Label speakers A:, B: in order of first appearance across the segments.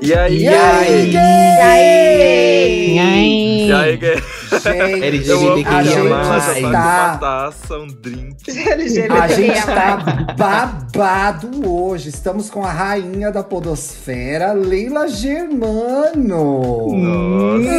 A: E aí?
B: E
A: gay?
B: aí, gay?
C: E aí?
A: E aí, gay?
B: Gente,
C: Ele
A: Eu amo
C: Gente,
B: a
A: pedir
C: gente
A: uma
B: gente
A: uma
B: está...
A: taça, um drink.
B: A
D: LGBT
B: gente tá babado hoje. Estamos com a rainha da podosfera, Leila Germano.
A: Nossa!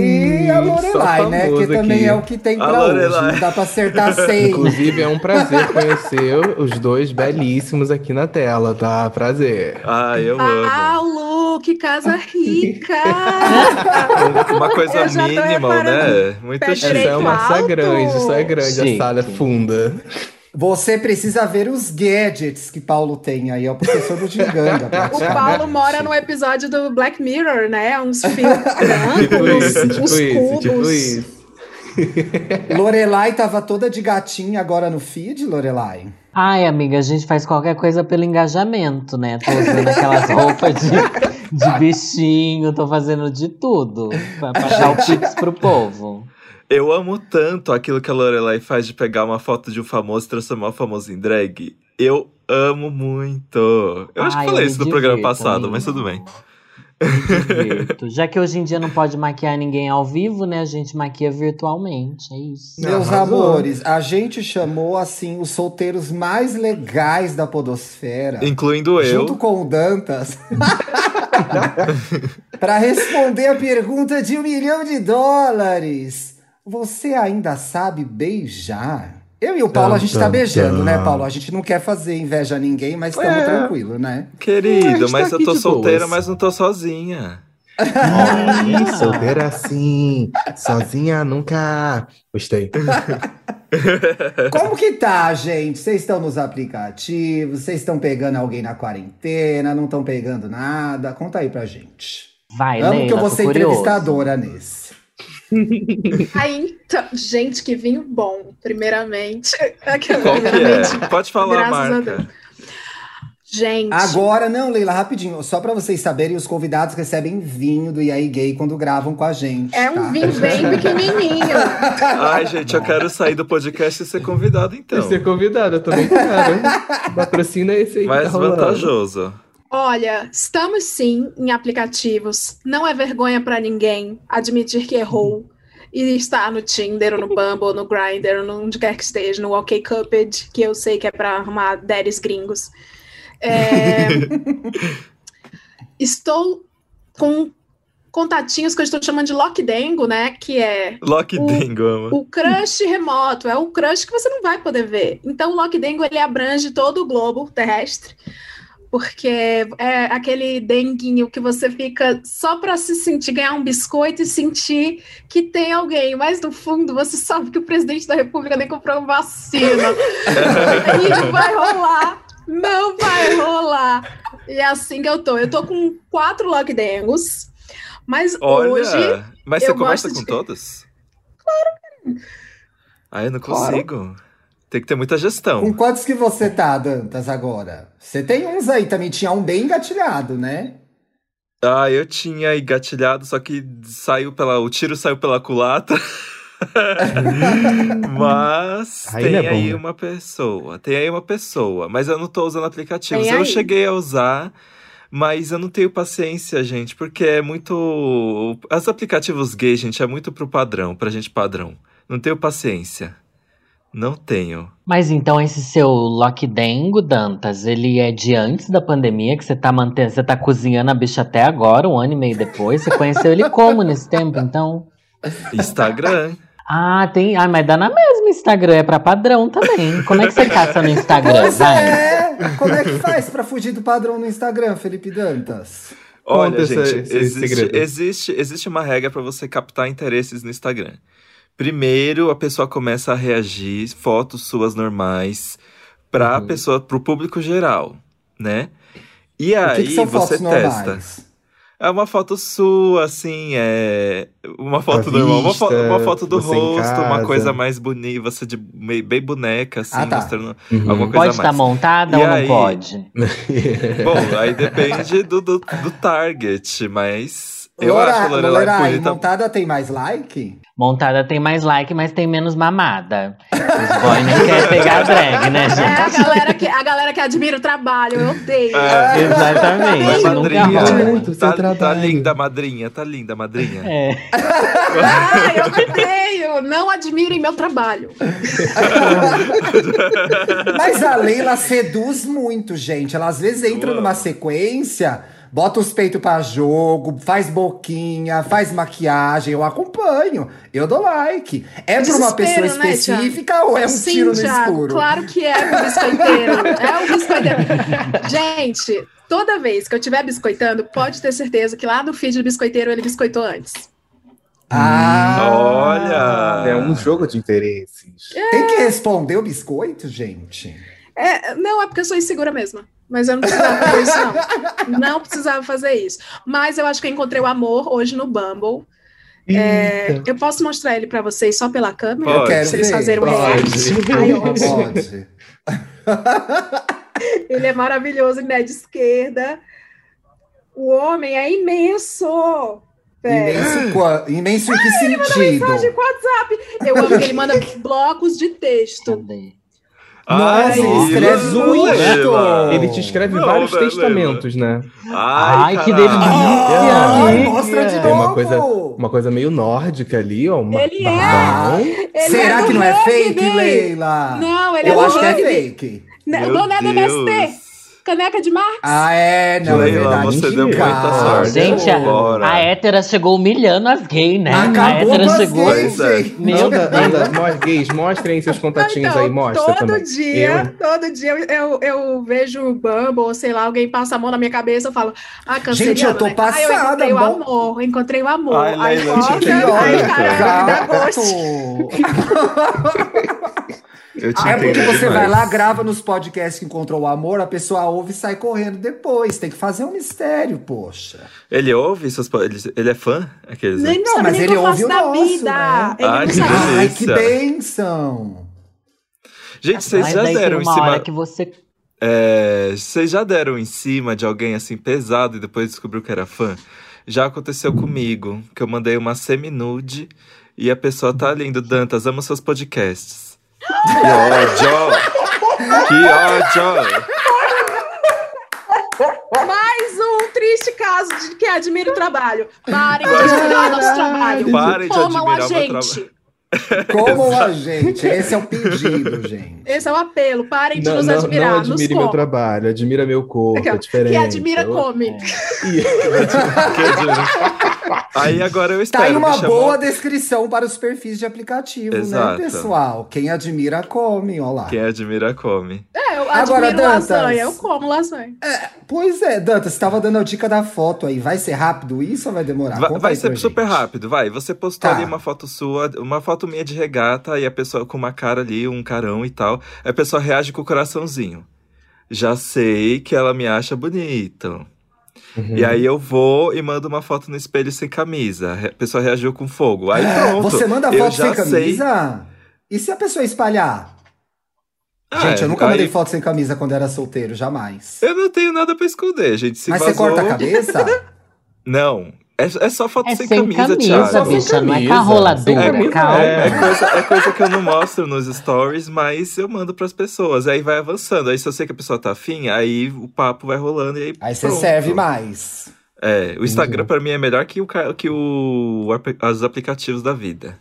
B: E a Lorelai,
C: só
B: né? Que
C: famoso
B: também
C: aqui.
B: é o que tem
A: A
B: pra hoje.
A: Lorelai.
B: Não dá pra acertar seis.
C: Inclusive, é um prazer conhecer os dois belíssimos aqui na tela, tá? Prazer.
A: Ai, eu amo.
D: Ah, Lu, que casa rica!
A: Uma coisa
D: eu já tô
A: minimal, né?
D: reparando.
A: Muito
D: Pé
C: Essa
A: chique.
D: direito.
C: é uma essa é
D: alto.
C: grande, isso é grande,
E: Gente.
C: a sala é funda.
B: Você precisa ver os gadgets que Paulo tem aí. É o professor do Ginganga.
D: O Paulo mora num episódio do Black Mirror, né? Uns fios
C: Tipo
D: brancos,
C: isso,
D: uns
C: tipo isso,
D: cubos.
C: tipo isso.
B: Lorelai tava toda de gatinha agora no feed, Lorelai.
E: Ai, amiga, a gente faz qualquer coisa pelo engajamento, né? Tô usando aquelas roupas de, de bichinho, tô fazendo de tudo pra passar o pix pro povo.
A: Eu amo tanto aquilo que a Lorelai faz de pegar uma foto de um famoso e transformar o famoso em drag. Eu amo muito. Eu acho
E: Ai,
A: que
E: eu
A: falei
E: me
A: isso no programa
E: divirto,
A: passado,
E: amigo.
A: mas tudo bem.
E: Me divirto. Já que hoje em dia não pode maquiar ninguém ao vivo, né? A gente maquia virtualmente, é isso.
B: Meus
C: Arrasou.
B: amores, a gente chamou assim os solteiros mais legais da podosfera,
A: Incluindo eu.
B: junto com o Dantas, para responder a pergunta de um milhão de dólares. Você ainda sabe beijar? Eu e o Paulo a gente tá
C: Tam, tam,
B: beijando, né,
C: tam.
B: Paulo? A gente não quer fazer inveja a ninguém, mas estamos
A: É.
B: tranquilo, né?
C: Ué, a
A: Querido,
C: gente
A: mas
C: tá
A: eu
C: aqui
A: tô
C: de
A: solteira,
C: boas.
A: mas não tô sozinha.
C: Ih, Solteira assim, sozinha nunca. Gostei.
A: Então. É.
B: Como que tá, gente? Vocês estão nos aplicativos? Vocês estão pegando alguém na quarentena? Não estão pegando nada? Conta aí pra gente.
E: Vai,
B: Amo
E: Leila,
B: que eu vou
E: tô
B: ser
E: curioso.
B: entrevistadora nesse.
D: Aí, então, gente, que vinho bom, primeiramente.
A: Qual que
D: Primeiramente,
A: é? Pode falar a
D: Graças a
A: marca.
D: gente.
B: Agora, não, Leila, rapidinho. Só pra vocês saberem, os convidados recebem vinho do Iaí Gay quando gravam com a gente.
D: É um
B: tá?
D: vinho bem pequenininho.
A: Ai, gente, eu quero sair do podcast e ser convidado, então.
C: Ser é convidada também, cara. Patrocina esse aí. que
A: Mais
C: tá rolando.
A: vantajoso.
D: Olha, estamos sim em aplicativos. Não é vergonha pra ninguém admitir que errou e estar no Tinder, ou no Bumble, ou no Grindr, ou no- onde quer que esteja, no OK Cupid, que eu sei que é pra arrumar deres gringos. É, Estou com contatinhos que eu estou chamando de lockdengo, né? Que é
A: Loki
D: O-
A: Dengo, amo.
D: o crush remoto é o crush que você não vai poder ver. Então, o Lock Dengue ele abrange todo o globo terrestre, porque é aquele denguinho que você fica só para se sentir, ganhar um biscoito e sentir que tem alguém, mas no fundo você sabe que o presidente da República nem comprou uma vacina. e vai rolar, não vai rolar. E é assim que eu tô. Eu tô com quatro Lock Dengos, mas
A: Olha,
D: hoje.
A: mas
D: eu
A: você conversa
D: gosto
A: com
D: de-
A: todos? Claro. Ai, eu não consigo. Tem que ter muita
B: Com
A: gestão.
B: quantos que você tá, Dantas, agora? Você tem uns aí também, tinha um bem engatilhado, né?
A: Ah, eu tinha aí gatilhado, só que saiu pela. O tiro saiu pela culata. Mas
C: Aí
A: tem
C: não é bom,
A: aí
C: né?
A: uma pessoa. Tem aí uma pessoa. Mas eu não tô usando aplicativos.
D: Tem
A: Eu
D: aí.
A: cheguei a usar. Mas eu não tenho paciência, gente, porque é muito. Os aplicativos gays, gente, é muito pro padrão, pra gente padrão. Não tenho paciência. Não tenho.
E: Mas então esse seu lockdengo, Dantas, ele é de antes da pandemia, que você tá mantendo, você tá cozinhando a bicha até agora, um ano e meio depois. Você conheceu ele como nesse tempo, então?
A: Instagram.
E: Ah, tem. Ah, mas dá na mesma Instagram, é pra padrão também. Como é que você caça no Instagram?
B: Pois
E: Vai.
B: é! Como é que faz pra fugir do padrão no Instagram, Felipe Dantas?
A: Olha,
C: Conta esse-
A: gente,
C: esse
A: existe,
C: segredo.
A: existe, existe uma regra para você captar interesses no Instagram. Primeiro, a pessoa começa a reagir fotos suas normais para
E: Uhum.
A: pessoa, para o público geral, né? E
B: o que,
A: aí
B: que são
A: você
B: fotos
A: testa.
B: normais?
A: É uma foto sua, assim, é. Uma foto
C: A
A: normal, uma, fo-
C: vista,
A: uma foto do
C: você em
A: rosto, uma
C: casa.
A: coisa mais bonita, você de meio- bem boneca, assim,
B: Ah, tá.
A: mostrando
C: Uhum.
A: alguma coisa
E: Pode
A: a
E: estar
A: mais.
E: montada
A: E
E: ou não
A: aí?
E: pode?
A: Bom, aí depende do, do, do target, mas Eu
B: Lora-
A: acho a Lorelai
B: Lorelai
A: bonita.
B: montada tem mais like?
E: Montada tem mais like, mas tem menos mamada. Os boy nem querem pegar drag, né,
D: É a
E: gente?
D: galera, que, a galera que admira o trabalho, eu odeio.
A: É.
E: Exatamente,
A: Vai,
E: nunca
A: madrinha.
E: rola.
C: Muito seu
A: Tá, tá
C: trabalho.
A: linda, madrinha. Tá linda, madrinha.
E: É.
D: Ah, eu odeio. Não admirem meu trabalho.
B: Mas a Leila seduz muito, gente. Ela às vezes entra
A: Eu
B: numa
A: amo.
B: sequência, bota os peitos pra jogo, faz boquinha, faz maquiagem. Eu acompanho, eu dou like. É pra uma pessoa
D: Desespero, né,
B: específica ou é um
D: Sim,
B: tiro no
D: Thiago,
B: escuro?
D: Claro que é o biscoiteiro. É o biscoiteiro. Gente, toda vez que eu estiver biscoitando, pode ter certeza que lá no feed do biscoiteiro ele biscoitou antes.
B: Ah,
A: Olha!
C: É um jogo de interesses.
B: Tem que responder o biscoito, gente.
D: É, não, é porque eu sou insegura mesmo. Mas eu não precisava fazer isso, não. Não precisava fazer isso. Mas eu acho que eu encontrei o amor hoje no Bumble. É,
C: Eita.
D: eu posso mostrar ele pra vocês só pela câmera?
A: Pode.
D: Pra vocês
B: Tá. Quero ver.
D: fazerem um react.
C: Pode.
D: Ai, eu amo.
B: Pode.
D: Ele é maravilhoso, ele é de esquerda. O homem é imenso. velho.
B: Imenso, qua- imenso em que sentido?
D: Mensagem com WhatsApp. Eu amo que ele manda blocos de texto.
E: Cadê?
B: Nossa,
A: Ai,
B: ele escreve
A: Lorelai.
B: muito.
C: Ele te escreve
A: Não,
C: vários
A: beleza.
C: testamentos, né?
A: Ai,
E: Ai, que
A: caralho.
E: delícia.
B: Ah,
C: amiga.
B: mostra de
C: Tem
B: novo.
C: uma coisa- Uma coisa meio nórdica ali, ó. Uma
D: Ele é!
C: barbão.
D: Ele
B: Será
D: do
B: que não é
D: rugby.
B: fake, Leila?
D: Não, ele
B: Eu
D: é do
B: acho que é
D: rugby.
B: fake.
D: Não,
A: Meu
D: não é do
A: Deus.
D: MST. Caneca de Marx.
B: Ah, é, não, é
A: Leila,
B: verdade.
A: você deu muita
B: Cara,
A: sorte.
E: Gente,
A: Bora.
E: a, a hétera chegou humilhando as gays, né? a
B: Acabou
E: hétera
B: com as
E: chegou.
B: gays,
A: é.
B: gente.
E: Meu
C: Anda, anda, nós gays, mostrem seus contatinhos
D: Então,
C: aí, mostra
D: todo
C: também.
D: dia,
C: Eu-
D: todo dia eu, eu, eu vejo o Bumble, ou sei lá, alguém passa a mão na minha cabeça, eu falo, ah, canceriana,
B: Gente, eu tô
D: né? Ah, eu
B: passada,
D: encontrei o
B: bom.
D: amor, encontrei o amor.
A: Ai,
D: aí
A: Leila,
D: volta,
A: gente,
B: Que
D: aí
B: olha,
A: olha,
D: cara, dá
B: gato.
D: gosto.
A: Eu te
B: É porque
A: entendo
B: você
A: demais.
B: vai lá, grava nos podcasts que encontrou o amor, a pessoa ouve e sai correndo depois. Tem que fazer um mistério, poxa.
A: Ele ouve seus... po- Ele, ele é fã? Aqueles, né?
D: Nem, não,
B: mas
D: mas
B: ele
D: ele
B: ouve o
D: ouviu da
B: nosso,
D: vida.
B: né?
D: Ele
A: Ai,
D: não
A: que
D: sabe.
A: delícia.
B: Ai, que benção!
A: Gente, vocês
E: Mas
A: já
E: daí tem
A: deram em
E: uma
A: cima...
E: hora que você.
A: É, vocês já deram em cima de alguém assim pesado e depois descobriu que era fã? Já aconteceu comigo, que eu mandei uma semi-nude e a pessoa tá lindo, Dantas, amo seus podcasts. Que ódio! Que ódio!
D: Mais um triste caso de que admira o trabalho. Parem de admirar o nosso trabalho.
A: Parem de
D: Comam a
A: admirar o meu
D: gente.
B: Como a gente. Esse é o pedido, gente.
D: Esse é o apelo. Parem de
C: Não,
D: nos
C: não,
D: admirar.
C: não
D: nos
C: admire meu
D: comam.
C: trabalho, admira meu corpo, é
D: Aquela-
C: diferente.
D: Quem admira, come.
A: Aí agora eu espero.
B: Tá aí uma
A: me chamou-
B: boa descrição para os perfis de aplicativo,
A: Exato.
B: né, pessoal? Quem admira, come, ó lá.
A: Quem admira, come.
D: É, eu
B: Agora,
D: admiro
B: Dantas.
D: lasanha. Eu como lasanha.
B: Pois é, Dantas, você estava dando a dica da foto aí. Vai ser rápido isso ou vai demorar?
A: Vai,
B: Tá, Conta
A: vai
B: aí
A: ser
B: pra
A: super
B: gente.
A: rápido, vai. Você postou
B: Tá.
A: ali uma foto sua, uma foto minha de regata, e a pessoa com uma cara ali, um carão e tal. A pessoa reage com o coraçãozinho. Já sei que ela me acha bonito.
C: Uhum.
A: E aí eu vou e mando uma foto no espelho sem camisa. A re- pessoa reagiu com fogo. Aí pronto.
B: É, Você manda
A: eu
B: foto
A: já
B: sem
A: sei.
B: camisa? E se a pessoa espalhar?
A: Ah,
B: gente, eu nunca
A: aí-
B: mandei foto sem camisa quando era solteiro, jamais.
A: Eu não tenho nada pra esconder, gente. Se
B: Mas
A: vazou...
B: você corta a cabeça?
A: Não. É, é só foto
E: É
A: sem,
E: sem
A: Thiago.
E: camisa, bicha. Não é
C: Sem
E: com a rola
C: camisa.
E: dura,
A: É,
E: calma.
A: É, é coisa, é coisa que eu não mostro nos stories, mas eu mando pras pessoas. Aí vai avançando. Aí se eu sei que a pessoa tá afim, aí o papo vai rolando e aí.
B: Aí você
A: pronto.
B: serve mais.
A: É, o Instagram
C: Entendi.
A: pra mim é melhor que, o, ca- que o, ap- os aplicativos da vida.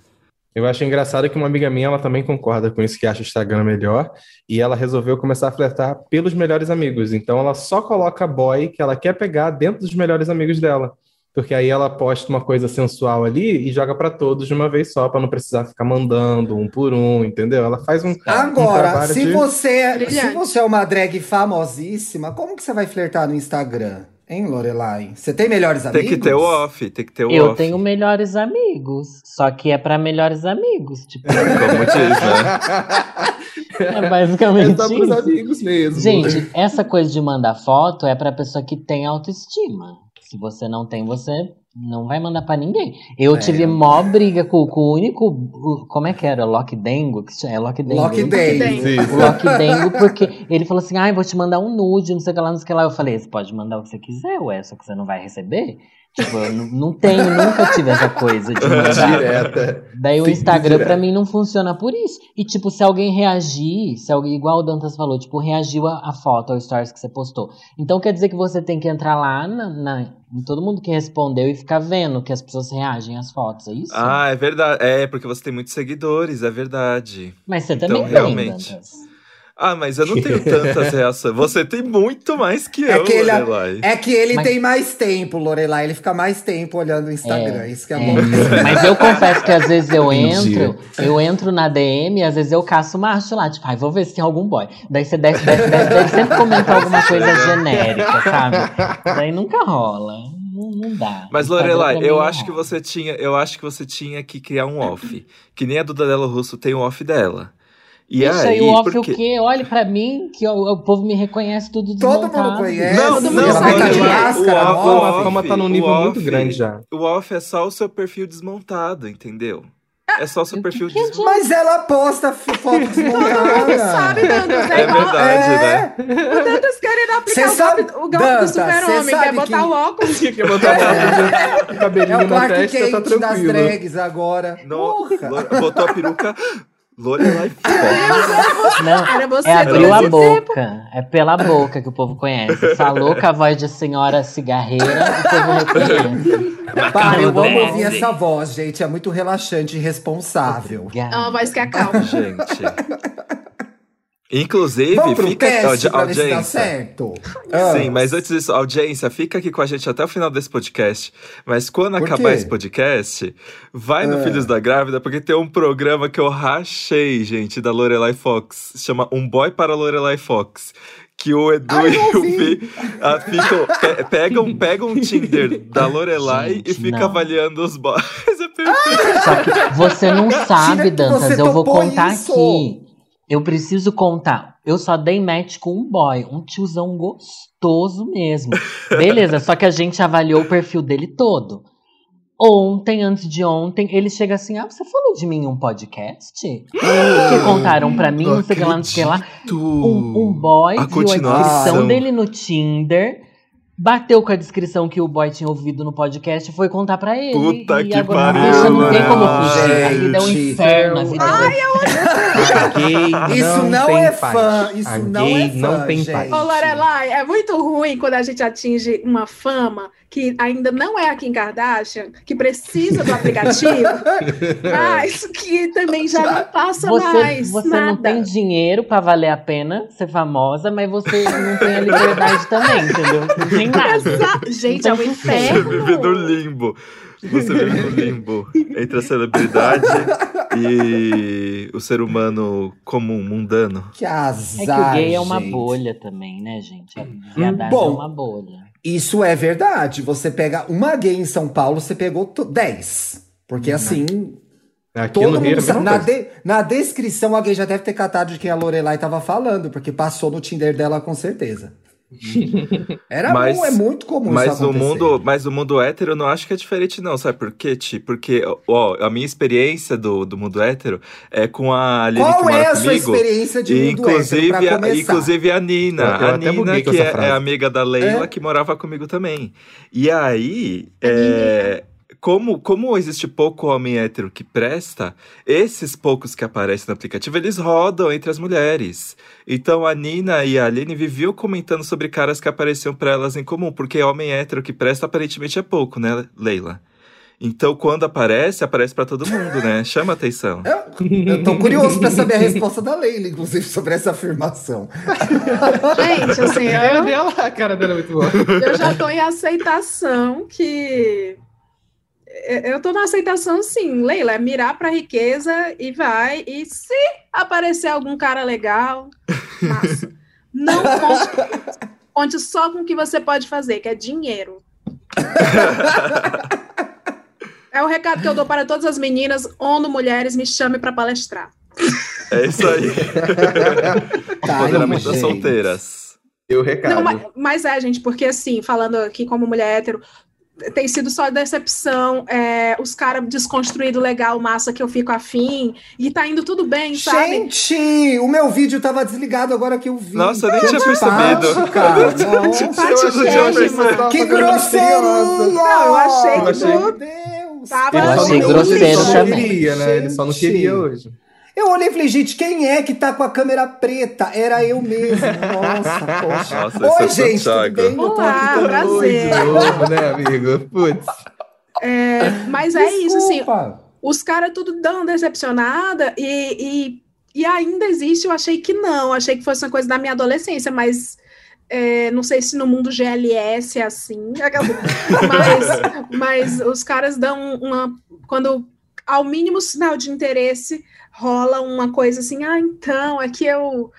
C: Eu acho engraçado que uma amiga minha, ela também concorda com isso, que acha o Instagram melhor, e ela resolveu começar a flertar pelos melhores amigos. Então ela só coloca boy que ela quer pegar dentro dos melhores amigos dela. Porque aí ela posta uma coisa sensual ali e joga pra todos de uma vez só, pra não precisar ficar mandando um por um, entendeu? Ela faz
A: É,
C: um
B: Agora,
C: trabalho
B: se
C: de-
B: você, se
D: Brilhante.
B: você é uma drag famosíssima, como que você vai flertar no Instagram? Hein, Lorelai? Você tem melhores amigos?
A: Tem que ter o off, tem que ter o
E: Eu
A: off.
E: tenho melhores amigos. Só que é pra melhores amigos. Tipo,
A: Como diz, né?
E: é
C: É
E: basicamente.
C: só pros
E: isso.
C: amigos mesmo.
E: Gente, essa coisa de mandar foto é pra pessoa que tem autoestima. Se você não tem, você Não vai mandar pra ninguém. Eu
B: É.
E: tive mó briga com, com o único. o- Como é que era? Lock Dengo? Que se chama- É Lock Dengo.
B: Lock
E: Eu nunca
B: Day.
D: Day.
E: O
C: Isso.
E: Lock Dengo, porque ele falou assim: ai, vou te mandar um nude, não sei o que lá, não sei o que lá. Eu falei: você pode mandar o que você quiser, ué, só que você não vai receber. Tipo, eu nu- não tenho, nunca tive essa coisa de mandar.
C: Direta.
E: Daí o
C: Sim,
E: Instagram
C: direto.
E: pra mim não funciona por isso. E tipo, se alguém reagir, se alguém, igual o Dantas falou, tipo, reagiu a, a foto, ao stories que você postou. Então quer dizer que você tem que entrar lá na, na- em todo mundo que respondeu e ficar vendo que as pessoas reagem às fotos, é isso?
A: Ah, é verdade. É, porque você tem muitos seguidores, é verdade.
E: Mas você
A: então,
E: também tem,
A: realmente.
E: Dantas.
A: Ah, mas eu não tenho tantas reações. Você tem muito mais que
B: É
A: eu,
B: que ele-
A: Lorelai.
B: É que ele
E: Mas-
B: tem mais tempo, Lorelai. Ele fica mais tempo olhando o Instagram. Isso que é bom.
E: É, Mas eu confesso que às vezes eu
C: Entendi.
E: entro, eu entro na DM, e às vezes eu caço o macho lá, tipo, ai, vou ver se tem algum boy. Daí você desce, desce, desce, daí ele sempre comenta alguma coisa genérica, sabe? Daí nunca rola. Não, não dá.
A: Mas
E: Instagram
A: Lorelai,
E: pra mim
A: eu
E: não
A: acho que
E: rola.
A: você tinha, eu acho que você tinha que criar um off, que nem a Duda Delo Russo tem um off dela. E
E: Deixa
A: aí,
E: aí o off
A: porque...
E: o quê? Olhe pra mim, que o, o povo me reconhece tudo
B: Todo mundo
E: desmontado.
B: conhece.
A: Não,
D: todo
B: Todo
D: mundo
B: mundo
D: sabe
B: fica de
D: quem é.
B: máscara.
A: O-
C: A
A: o-
B: ó.
A: off,
C: plataforma tá num
A: o
C: nível muito
A: off.
C: grande já.
A: O off é só o seu perfil desmontado, entendeu? É só o seu
E: o
A: perfil
E: que que
A: desmontado.
B: Mas ela posta f- foto
D: Todo mundo
B: desmontada.
D: sabe, Dantas. É
A: É
D: igual
A: verdade, né?
D: o Dantas querendo
B: Cê
D: aplicar o
B: sabe-
D: golpe, o golpe do
B: Dantas, cê
D: super-homem, que é
B: sabe
D: botar
B: que-
D: o óculos.
C: Tinha que botar o cabelo- o
B: É
C: cabelinho
B: o
C: na
B: Clark
C: testa, tá
B: Kent das
C: tranquilo.
B: drags agora.
A: No,
B: Porra.
A: Lore- botou a peruca. Lorelai foda.
E: Não,
D: Era você,
E: É
D: por
E: abriu a
D: exemplo.
E: boca. É pela boca que o povo conhece. Falou com a voz de senhora cigarreira, o povo reconhece.
B: Para, eu amo
E: Macarrão
B: ouvir
E: doce.
B: essa voz, gente. É muito relaxante e responsável.
D: É uma voz que acalma.
A: gente. Inclusive,
B: Vamos pro
A: fica
B: teste
A: audi-
B: pra ver se dá
A: audiência.
B: certo? Ah,
A: Sim, mas antes disso, audiência, fica aqui com a gente até o final desse podcast. Mas quando
B: Por
A: acabar
B: quê?
A: esse podcast, vai no
B: Ah.
A: Filhos da Grávida, porque tem um programa que eu rachei, gente, da Lorelai Fox. Chama Um Boy para Lorelai Fox. Que o Edu
B: Ai,
A: e
B: eu
A: o
B: ouvi.
A: Pi ah, ficam, pe- pegam, pegam o Tinder da Lorelai
E: Gente,
A: e fica
E: não.
A: avaliando os boys.
B: Ah!
A: É perfeito.
E: Só que você não sabe,
B: que
E: Dantas.
B: você
E: Eu vou
B: topou
E: contar
B: isso.
E: aqui. Eu preciso contar. Eu só dei match com um boy, um tiozão gostoso mesmo. Beleza, só que a gente avaliou o perfil dele todo. Ontem, antes de ontem, ele chega assim: Ah, você falou de mim em um podcast? Que contaram pra mim, não sei o que lá, não sei o que lá. um, um boy
A: A
E: viu a
A: continuação.
E: descrição dele no Tinder, bateu com a descrição que o boy tinha ouvido no podcast e foi contar pra ele.
A: Puta
E: e
A: que
E: agora,
A: pariu, né?
E: bicho, não tem
A: Lorena.
E: como fugir. A vida é um
B: Gente.
E: inferno. A vida é-
B: Isso não,
C: tem
B: é
C: paz.
B: fã. Isso
C: A
B: não
C: gay
B: é fã.
C: não tem
B: gente.
C: paz.
D: Ô, Lorelai, é muito ruim quando a gente atinge uma fama que ainda não é a Kim Kardashian, que precisa do aplicativo, mas que também já não passa
E: Você,
D: mais
E: você
D: nada.
E: não tem dinheiro pra valer a pena ser famosa, mas você não tem a liberdade também, entendeu? Não tem nada.
D: Exa- Gente, é um
A: Você vive no
D: inferno.
A: limbo. Você vive no limbo entre a celebridade e o ser humano comum, mundano.
B: Que
E: É
B: azar,
E: que o gay é uma
B: gente. Hum.
E: bolha também, né, gente? A viadagem é
B: Bom.
E: uma bolha.
B: Isso é verdade. Você pega uma gay em São Paulo, você pegou to- 10. Porque
E: Uhum.
B: assim,
C: Aqui
B: todo
C: no Rio
B: mundo
C: era a mesma
B: sabe. Na,
C: coisa.
B: de- na descrição, a gay já deve ter catado de quem a Lorelai tava falando, porque passou no Tinder dela com certeza. Era
A: Mas-
B: mu- é muito comum
A: Mas
B: isso
A: o
B: acontecer.
A: mundo, mas o mundo hétero eu não acho que é diferente não, sabe por quê, Ti? Porque ó, a minha experiência do, do mundo hétero é com a Aline que
B: Qual
A: mora
B: é a
A: comigo.
B: sua experiência de um
A: E
B: mundo
A: inclusive,
B: hétero, pra
A: a,
B: começar?
A: inclusive a Nina.
C: Eu
A: a
C: até
A: Nina,
C: buguei com
A: que
C: essa
A: é,
C: frase.
A: é amiga da Leila,
B: É?
A: que morava comigo também. E aí, é, como, como existe pouco homem hétero que presta, esses poucos que aparecem no aplicativo, eles rodam entre as mulheres. Então a Nina e a Aline viviam comentando sobre caras que apareciam pra elas em comum, porque homem hétero que presta aparentemente é pouco, né, Leila? Então quando aparece, aparece pra todo mundo, né? Chama atenção.
B: Eu tô curioso pra saber a resposta da Leila, inclusive, sobre essa afirmação.
D: Gente, assim,
C: A cara
D: eu,
C: dela, a cara dela é muito boa.
D: eu já tô em aceitação que. é, eu- Eu tô na aceitação, sim, Leila, é mirar pra riqueza e vai. E se aparecer algum cara legal, massa. Não conte, conte só com o que você pode fazer, que é dinheiro. É o recado que eu dou para todas as meninas, ONU Mulheres, me chame pra palestrar.
A: É isso aí.
B: Tá,
A: Empoderamento das
B: gente.
A: solteiras.
C: E o
D: Não,
C: recado.
D: mas, mas é, gente, porque assim, falando aqui como mulher hétero, tem sido só decepção, é, os caras desconstruído legal, massa que eu fico afim, e tá indo tudo bem, sabe?
B: Gente, o meu vídeo tava desligado agora que eu vi.
A: Nossa, eu nem
B: Que
A: tinha
B: antipática, nossa.
D: Antipática,
C: tá
B: Que grosseria!
D: Não, eu achei
C: que achei-
B: Meu Deus!
D: Tava
E: Eu achei
D: horrível.
E: grosseiro
C: ele só não
E: também.
C: queria, né? Ele só não
B: Gente.
C: queria hoje.
B: Eu olhei e falei, gente, quem é que tá com a câmera preta? Era eu mesmo. Nossa, poxa.
A: Nossa, esse é
B: Oi,
A: o
B: gente, tudo
A: Santiago.
B: bem? Eu tô aqui
D: Olá,
B: com-
D: Brasil.
C: Oi, de novo, né, amigo? Putz.
D: É, mas é isso, assim,
B: Desculpa.
D: os caras tudo dando decepcionada e, e, e ainda existe, eu achei que não, achei que fosse uma coisa da minha adolescência, mas é, não sei se no mundo GLS é assim, aquela- mas, mas os caras dão uma, quando ao mínimo sinal de interesse rola uma coisa assim, ah, então, é que eu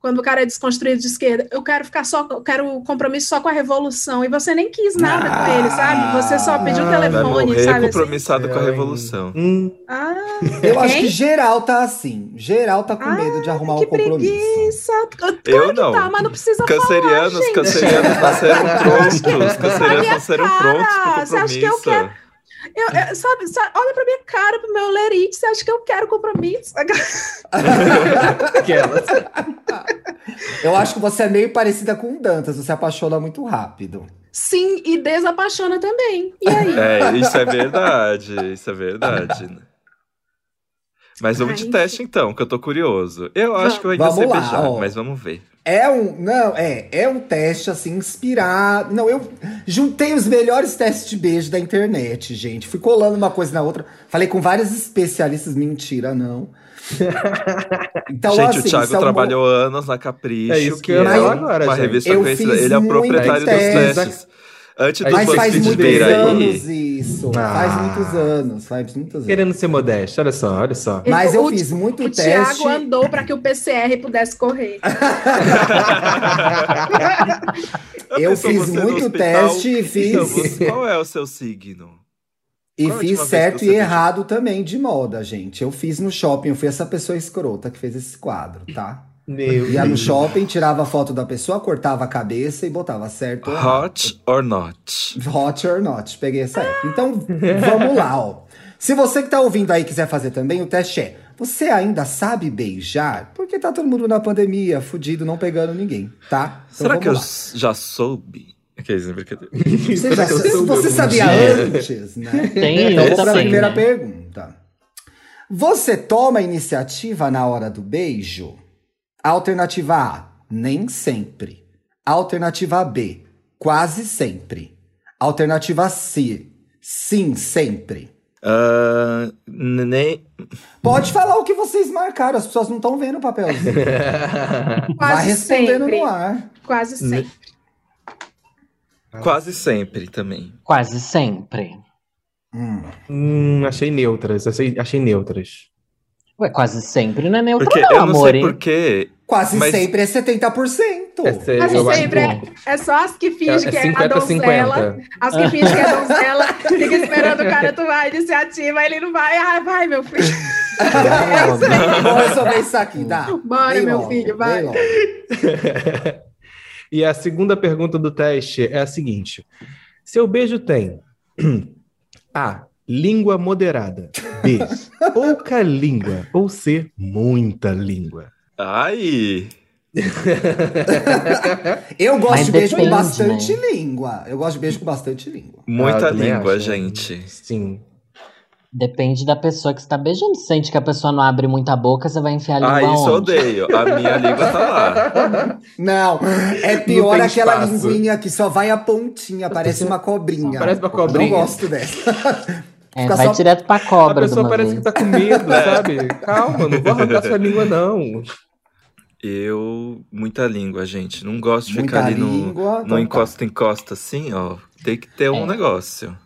D: quando o cara é desconstruído de esquerda, eu quero ficar só, eu quero um compromisso só com a revolução. E você nem quis nada com ele, sabe? Você só pediu o
C: Ah, vai
A: Vai
D: telefone,
A: morrer
D: sabe? assim?
A: compromissado com a
C: Ai.
A: revolução.
C: Hum,
D: Ah,
B: Eu acho
D: Quem?
B: que geral tá assim. Geral tá com
D: Ah,
B: medo de arrumar
D: que
B: um compromisso.
D: preguiça. Claro
A: Eu
D: que
A: não.
D: tá, mas não precisa
A: Cancerianos,
D: gente.
A: cancerianos nasceram prontos. Cancerianos
D: Olha,
A: nasceram
D: cara,
A: prontos pro
D: você acha que eu
A: compromisso.
D: quero- Eu, eu- sabe, sabe, olha pra minha cara, pro meu lerite, você acha que eu quero compromisso?
C: aquela.
B: Eu acho que você é meio parecida com o Dantas, você apaixona muito rápido.
D: Sim, e desapaixona também. E aí?
A: É, isso é verdade, isso é verdade. né? Mas vamos
D: Ai,
A: de teste então, que eu tô curioso. Eu acho que eu ainda
B: Vamos
A: sei
B: lá,
A: beijar,
B: ó.
A: mas vamos ver.
B: É um. Não, é. É um teste, assim, inspirado. Não, eu juntei os melhores testes de beijo da internet, gente. Fui colando uma coisa na outra. Falei com vários especialistas. Mentira, não. Então,
A: Gente,
B: assim,
A: o Thiago
B: são
A: trabalhou anos na Capricho,
C: É isso que
A: que
C: eu ia
A: é
B: falar
C: agora,
A: uma
C: gente.
A: revista
B: Eu
A: conhecida.
B: fiz
A: Ele é o
B: muito
A: proprietário dos
B: teste.
A: testes. Antes do
C: Mas
B: Mas faz
C: BuzzFeed
A: BuzzFeed
B: muitos
A: vir aí,
B: anos isso.
C: Ah.
B: Faz muitos anos. Faz muitos anos.
C: Querendo ser modesto, olha só, olha só.
B: Mas eu
D: O-
B: fiz muito
D: O
B: teste.
D: Thiago andou pra que o PCR pudesse correr.
A: a
B: Eu
A: pessoa
B: fiz
A: você no
B: muito
A: hospital,
B: teste e fiz.
A: então, você- qual é o seu signo?
B: E
A: Qual a
B: fiz
A: última vez
B: certo
A: que
B: e
A: você
B: errado também de moda, gente. Eu fiz no shopping, eu fui essa pessoa escrota que fez esse quadro, tá?
C: Meu
B: Ia no
C: Deus.
B: shopping, tirava a foto da pessoa, cortava a cabeça e botava certo. ou errado.
A: Hot or not?
B: Hot or not. Peguei essa época. Então, vamos lá, ó. Se você que tá ouvindo aí quiser fazer também, o teste é: você ainda sabe beijar? Porque tá todo mundo na pandemia, fudido, não pegando ninguém, tá? Então,
A: Será
B: vamos
A: que eu
B: lá.
A: s- já soube? Aqueles brincadeira.
B: Você, já,
C: Será que eu
B: se
C: sou
B: você
C: bobo?
B: sabia antes, né?
E: Tem
B: Então, vou
E: isso
B: para a
E: também.
B: primeira
E: né?
B: pergunta. Você toma iniciativa na hora do beijo? Alternativa A, nem sempre. Alternativa B, quase sempre. Alternativa C, sim, sempre.
A: Ah, nem,
B: Pode falar o que vocês marcaram, as pessoas não estão vendo o papelzinho. Vai
D: Quase
B: respondendo
D: sempre.
B: no ar.
D: Quase
C: Né,
D: sempre.
A: quase sempre também.
E: Quase sempre.
B: Hum.
C: Hum, achei neutras, achei, achei neutras.
E: Ué, quase sempre não é neutro,
A: Porque
E: não,
A: eu não
E: amor.
A: sei
E: hein?
A: porquê.
B: Quase
A: Mas-
B: sempre é 70%.
C: Essa,
D: Quase
C: eu acho
D: sempre
C: que-
D: É só as que
C: é, é
D: fingem que é a
C: 50
D: donzela.
C: 50.
D: As que fingem que é a donzela. Fica esperando o cara tomar a iniciativa, ele não vai. Ah, vai, meu filho.
B: Vamos resolver isso aqui, dá.
D: Bora,
B: Vem
D: meu
B: logo,
D: filho, vai.
B: vem logo.
C: E a segunda pergunta do teste é a seguinte: Seu beijo tem A. Língua moderada. B. Pouca língua. Ou C. Muita língua.
A: Ai!
B: Eu gosto
E: Mas
B: de beijo com
E: depende, né?
B: bastante língua. Eu gosto de beijo com bastante língua.
A: Muita
C: Ah, eu também
A: língua,
C: acho.
B: né?
A: gente.
C: Sim.
E: Depende da pessoa que você tá beijando. Se Sente que a pessoa não abre muita boca, você vai enfiar a língua
A: Ah, isso eu
E: onde?
A: odeio. A minha língua tá lá.
B: Não, é pior
C: tem
B: aquela
C: espaço.
B: linguinha que só vai a pontinha, parece uma cobrinha.
C: Parece uma cobrinha.
B: Não gosto dessa.
E: É,
B: Fica
E: vai
B: só-
E: direto pra
C: A
E: cobra de
C: pessoa
E: uma
C: parece
E: vez.
C: que tá com medo,
A: É.
C: sabe? Calma, não vou arrancar sua língua, não.
A: Eu. Muita língua, gente. Não gosto de
B: Muita
A: ficar ali no,
B: língua. então
A: no
B: tá.
A: encosta-encosta assim, ó. Tem que ter um
E: É.
A: negócio.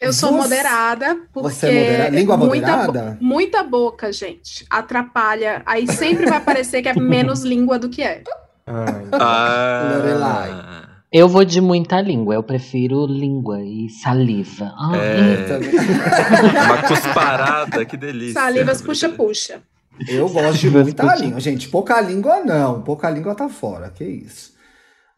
D: Eu sou
B: Você-
D: moderada, porque
B: Você é moderada? Língua
D: muita, bo-
B: moderada?
D: muita boca, gente, atrapalha. Aí sempre vai parecer que é menos língua do que é.
C: Ai.
A: Ah!
B: Lorelai.
E: Eu vou de muita língua. Eu prefiro língua e saliva. Ah, hum.
A: É.
B: Também.
A: Uma cusparada, que delícia.
D: Salivas puxa-puxa.
B: Eu gosto de
E: Vai
B: muita
E: discutir.
B: língua. Gente, pouca língua não. Pouca língua tá fora, que isso.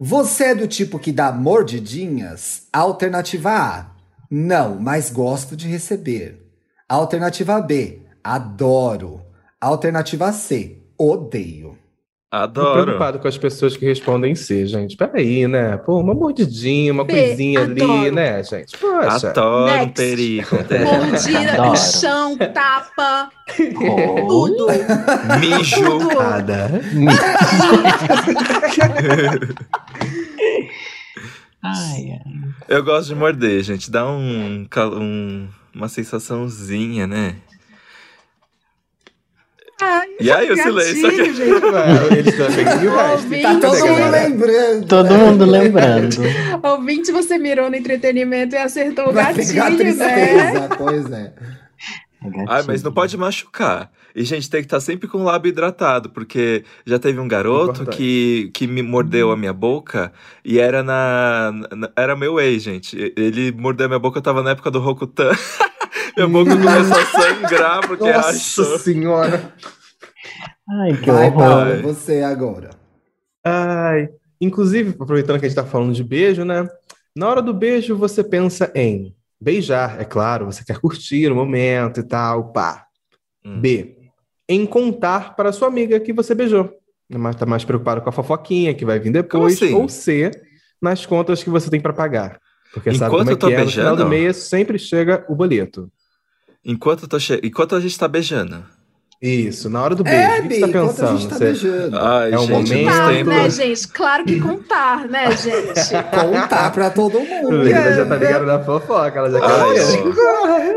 B: Você é do tipo que dá mordidinhas? Alternativa A. Não, mas gosto de receber. Alternativa B. Adoro. Alternativa C. Odeio.
C: Tô
A: Adoro.
C: preocupado com as pessoas que respondem C, gente. Peraí, né? Pô, uma mordidinha, uma
D: B,
C: coisinha ali,
D: adoro.
C: né, gente? Poxa.
A: Adoro um
D: Next.
A: perigo.
D: Mordida,
E: Adoro.
D: no chão, tapa,
E: Olha.
D: tudo.
A: Mijo.
D: Tudo.
C: Nada.
E: Ai, é. ai.
A: Eu gosto de morder, gente. Dá um, cal- um- uma sensaçãozinha, né?
D: Ai,
A: E aí o silêncio aqui.
D: gatilho, gente.
C: Eles também. E o resto?
D: Ouvinte,
B: Tá todo
C: Cadê,
B: mundo
C: galera?
B: lembrando.
E: Todo
B: É.
E: mundo lembrando.
D: ouvinte, você mirou no entretenimento e acertou o
B: Vai pegar
D: gatilho, né?
B: tristeza, pois é.
A: Ai, mas não pode machucar. E, gente, tem que estar sempre com o lábio hidratado, porque já teve um garoto
C: Importante.
A: que, que me mordeu a minha boca e era na, na- Era meu ex, gente. Ele mordeu a minha boca, eu tava na época do Rokutan. minha boca começou a sangrar, porque
C: Nossa
A: achou.
C: senhora.
E: Ai, que
B: Vai,
E: horror.
B: Paulo, você agora.
C: Ai. Inclusive, aproveitando que a gente tá falando de beijo, né? Na hora do beijo, você pensa em beijar, é claro, você quer curtir o momento e tal, pá.
A: Hum.
C: B. Em contar para sua amiga que você beijou. Mas tá mais preocupado com a fofoquinha que vai vir depois.
A: Como assim?
C: Ou C. Nas contas que você tem para pagar. Porque sabe
A: Enquanto
C: como é
A: eu tô
C: que é, no final do
A: beijando?
C: mês sempre chega o boleto.
A: Enquanto, eu tô che... Enquanto a gente tá beijando.
C: Isso, na hora do beijo.
B: É,
C: o que que
B: Bi,
C: você tá
B: enquanto a
C: pensando?
B: gente tá
C: Você-
B: beijando.
A: Ai,
C: É um
A: gente,
C: momento.
A: nos
D: Contar, né,
A: tempos.
D: gente? Claro que contar, né, gente?
B: Contar pra todo mundo.
C: Luísa já tá
B: né?
C: ligada na fofoca, ela já quer
A: Ai,
C: saber.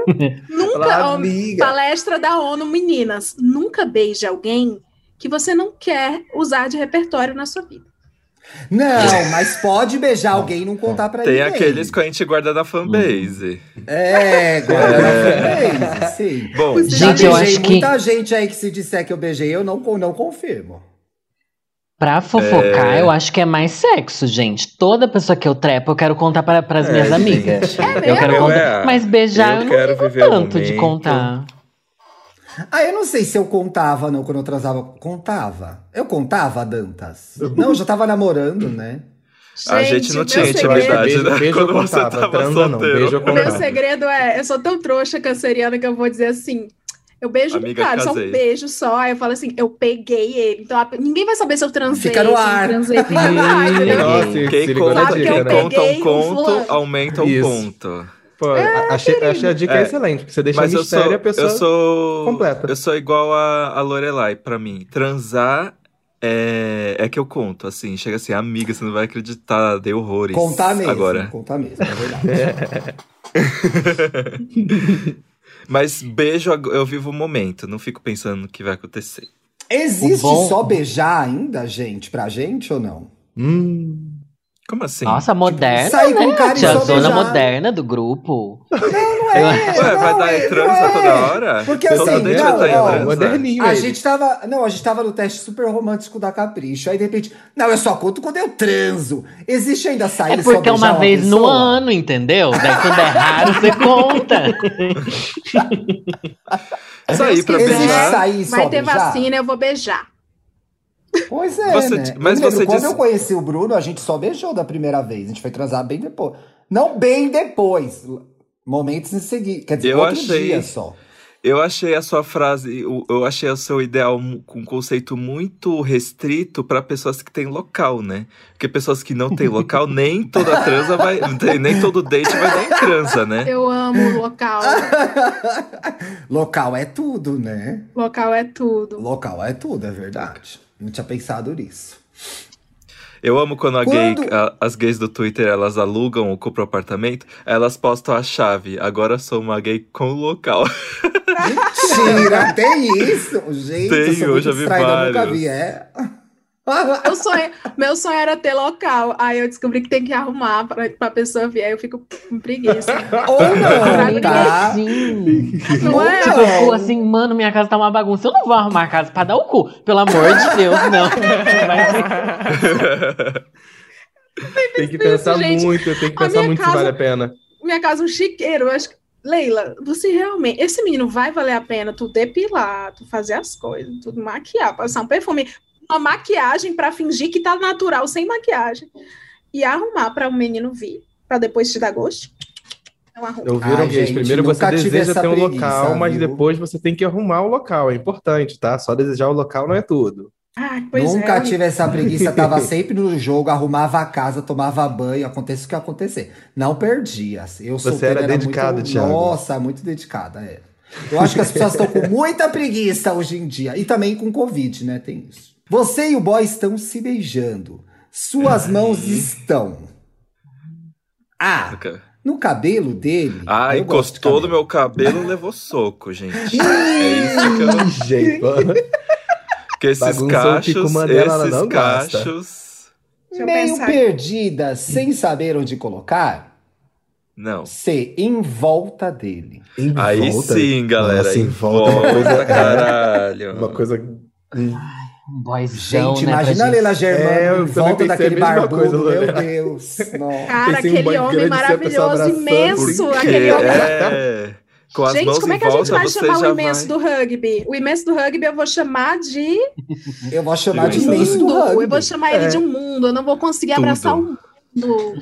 D: Nunca,
C: Fala,
D: ó,
C: amiga.
D: palestra da ONU, meninas, nunca beije alguém que você não quer usar de repertório na sua vida.
B: Não, mas pode beijar alguém e não contar pra
A: Tem
B: ninguém.
A: aqueles que a gente guarda na fanbase.
B: É,
A: É.
B: guarda na fanbase, sim.
A: Bom,
D: Os
B: Já
E: Gente, eu
B: beijei
E: acho que-
B: muita gente aí que se disser que eu beijei, eu não, não confirmo.
E: Pra fofocar,
A: É.
E: eu acho que é mais sexo, gente. Toda pessoa que eu trepo, eu quero contar para as minhas
A: gente.
E: amigas.
D: É
E: Eu quero
A: Eu,
E: contar.
A: é,
E: Mas beijar eu,
A: eu
E: não
A: quero
E: ligo
A: viver o
E: tanto de
A: momento.
E: contar.
B: Ah, eu não sei se eu contava, não, quando eu transava. Contava. Eu contava, Dantas. Não, eu já tava namorando, né?
A: A gente não
D: meu
A: tinha
D: segredo-
A: intimidade,
C: Beijo-
A: né?
C: beijo eu
A: Quando você
C: contava,
A: tava
C: transa não,
A: solteiro.
C: beijo eu
D: O meu
C: contava.
D: segredo é, eu sou tão trouxa canceriana que eu vou dizer assim. Eu beijo um
A: Amiga,
D: cara, só
A: casei.
D: um beijo só. Aí eu falo assim, eu peguei ele. Então a- ninguém vai saber se eu transei.
B: Fica no
D: se eu
B: ar.
D: transei, fica no ar, entendeu?
E: Nossa,
A: Quem
C: ligou na
A: conta,
D: Sabe que
A: quem
D: eu
A: conta um
D: peguei um
A: conto,
D: fulano.
A: aumenta um
C: Isso.
A: ponto.
C: Pô,
B: É,
C: a- achei, achei a dica
A: É.
C: excelente, porque você deixa
A: Mas eu
C: mistério
A: sou,
C: e a pessoa.
A: eu sou.
C: completa.
A: Eu sou igual a, a Lorelai pra mim. Transar é, é que eu conto, assim. Chega assim, amiga, você não vai acreditar, dei horrores.
B: Contar mesmo.
A: Agora.
B: Contar mesmo, é verdade.
A: Mas beijo, ag- eu vivo o momento, não fico pensando no que vai acontecer.
B: Existe
E: O bom-
B: só beijar ainda, gente, pra gente ou não?
C: Hum.
A: Como assim?
E: Nossa, moderna,
B: sair com
E: né?
B: o cara e
E: Tia
B: só
E: zona
B: beijar.
E: moderna do grupo.
B: Não é,
A: Ué,
B: não
A: vai dar
B: é,
A: transa
B: não é.
A: toda hora?
B: Porque
A: toda
B: assim,
A: noite vai
B: não, ó,
A: estar em transa?
C: Moderninho.
B: A
C: ele.
B: gente tava. Não, a gente tava no teste super romântico da Capricho. Aí de repente. Não, eu só conto quando eu transo. Existe ainda sair
E: É
B: e só
E: porque é
B: beijar
E: uma vez no
B: pessoa?
E: ano, entendeu? Daí quando é raro, você conta.
A: Sair pra né?
D: Existe
A: beijar.
B: Existe sair e só
D: Vai ter
B: beijar?
D: vacina, eu vou beijar.
B: Pois é,
A: Você-
B: né?
A: mas
B: Eu lembro,
A: você
B: quando
A: disse-
B: eu conheci o Bruno, a gente só beijou da primeira vez. A gente foi transar bem depois. Não bem depois. Momentos em seguida. Quer dizer,
A: Eu
B: outro
A: achei-
B: dia só.
A: Eu achei a sua frase, eu, eu achei o seu ideal mu- com um conceito muito restrito para pessoas que têm local, né? Porque pessoas que não têm local, nem toda transa vai, nem todo date vai dar em transa, né?
D: Eu amo o local.
B: Local é tudo, né?
D: local é tudo.
B: Local é tudo, é verdade. Não tinha pensado nisso.
A: Eu amo quando, a gay-
B: Quando-
A: a- as gays do Twitter, elas alugam ou compram apartamento, elas postam a chave. Agora sou uma gay com local.
B: Mentira, né? tem isso? Gente, eu
A: Tem, eu
B: sou muito
A: já vi
B: distraída, eu nunca
A: vários.
B: vi, é?
D: Meu sonho, meu sonho era ter local. Aí eu descobri que tem que arrumar pra, pra pessoa vir. Aí eu fico com preguiça.
B: Ou não,
E: Ai,
D: é
B: tá?
E: assim.
D: Não é?
E: Tipo, eu fico assim, mano, minha casa tá uma bagunça. Eu não vou arrumar a casa pra dar o cu. Pelo amor de Deus, não. Mas,
C: tem que
D: isso,
C: pensar
D: gente.
C: muito, tem que
D: A
C: pensar
D: minha
C: muito se
D: casa-
C: vale a pena.
D: minha casa é um chiqueiro. Eu acho que- Leila, você realmente. Esse menino vai valer a pena tu depilar, tu fazer as coisas, tu maquiar, passar um perfume. uma maquiagem pra fingir que tá natural, sem maquiagem. E arrumar pra o menino vir, pra depois te dar gosto. Não arruma.
C: Eu um viram
B: Ai,
C: gays.
B: gente,
C: Primeiro
B: nunca
C: você
B: tive
C: deseja
B: essa
C: ter um
B: preguiça,
C: local, mas
B: viu?
C: depois você tem que arrumar o local. É importante, tá? Só desejar o local não é tudo.
D: Ai, pois
B: Nunca
D: é.
B: tive essa preguiça, tava sempre no jogo, arrumava a casa, tomava banho, aconteça o que acontecer. Não perdia. assim. Eu
C: Você
B: solteira,
C: era dedicado,
B: muito,
C: Thiago.
B: Nossa, muito dedicada, é. Eu acho que as pessoas estão com muita preguiça hoje em dia. E também com Covid, né? Tem isso. Você e o boy estão se beijando. Suas mãos estão. Ah, no cabelo dele.
A: Ah,
B: eu gosto de
A: encostou no
B: cabelo.
A: meu cabelo e levou soco, gente. É isso que eu não...
C: Gente, mano.
A: Que esses
C: Bagunçou o
A: cachos,
C: Tico Mandela, ela
A: esses
C: não gosta.
A: cachos...
D: Deixa eu
B: Meio
D: pensar.
B: perdida, sem saber onde colocar,
A: Não.
B: se em volta dele.
C: Em
A: Aí
C: volta,
A: sim, galera.
C: Nossa,
A: aí
C: em volta é uma coisa-
A: caralho.
C: Uma coisa.
E: Um boyzão,
B: Gente,
E: né, pra
B: imagina a Leila
C: É, eu
B: Germano em
C: também
B: volta
C: pensei a
B: daquele
C: mesma
B: barbudo,
C: coisa,
B: meu
C: Lorena.
B: Deus. Nossa.
D: Cara,
C: Pensei em um
D: aquele
C: banho
D: homem
C: grande, você, a pessoa
D: maravilhoso,
C: abraçando.
D: imenso,
A: Por quê?
D: aquele homem.
A: É... Com as
D: Gente,
A: mãos
D: como
A: em
D: é que a gente
A: volta,
D: vai
A: você
D: chamar
A: já
D: o
A: vai...
D: imenso do rugby? O imenso do rugby eu vou chamar de
B: Eu vou chamar de
A: Isso.
B: imenso do
D: mundo. Eu vou
B: rugby.
D: chamar ele de um mundo. Eu não vou conseguir
A: É. Tudo.
D: abraçar o mundo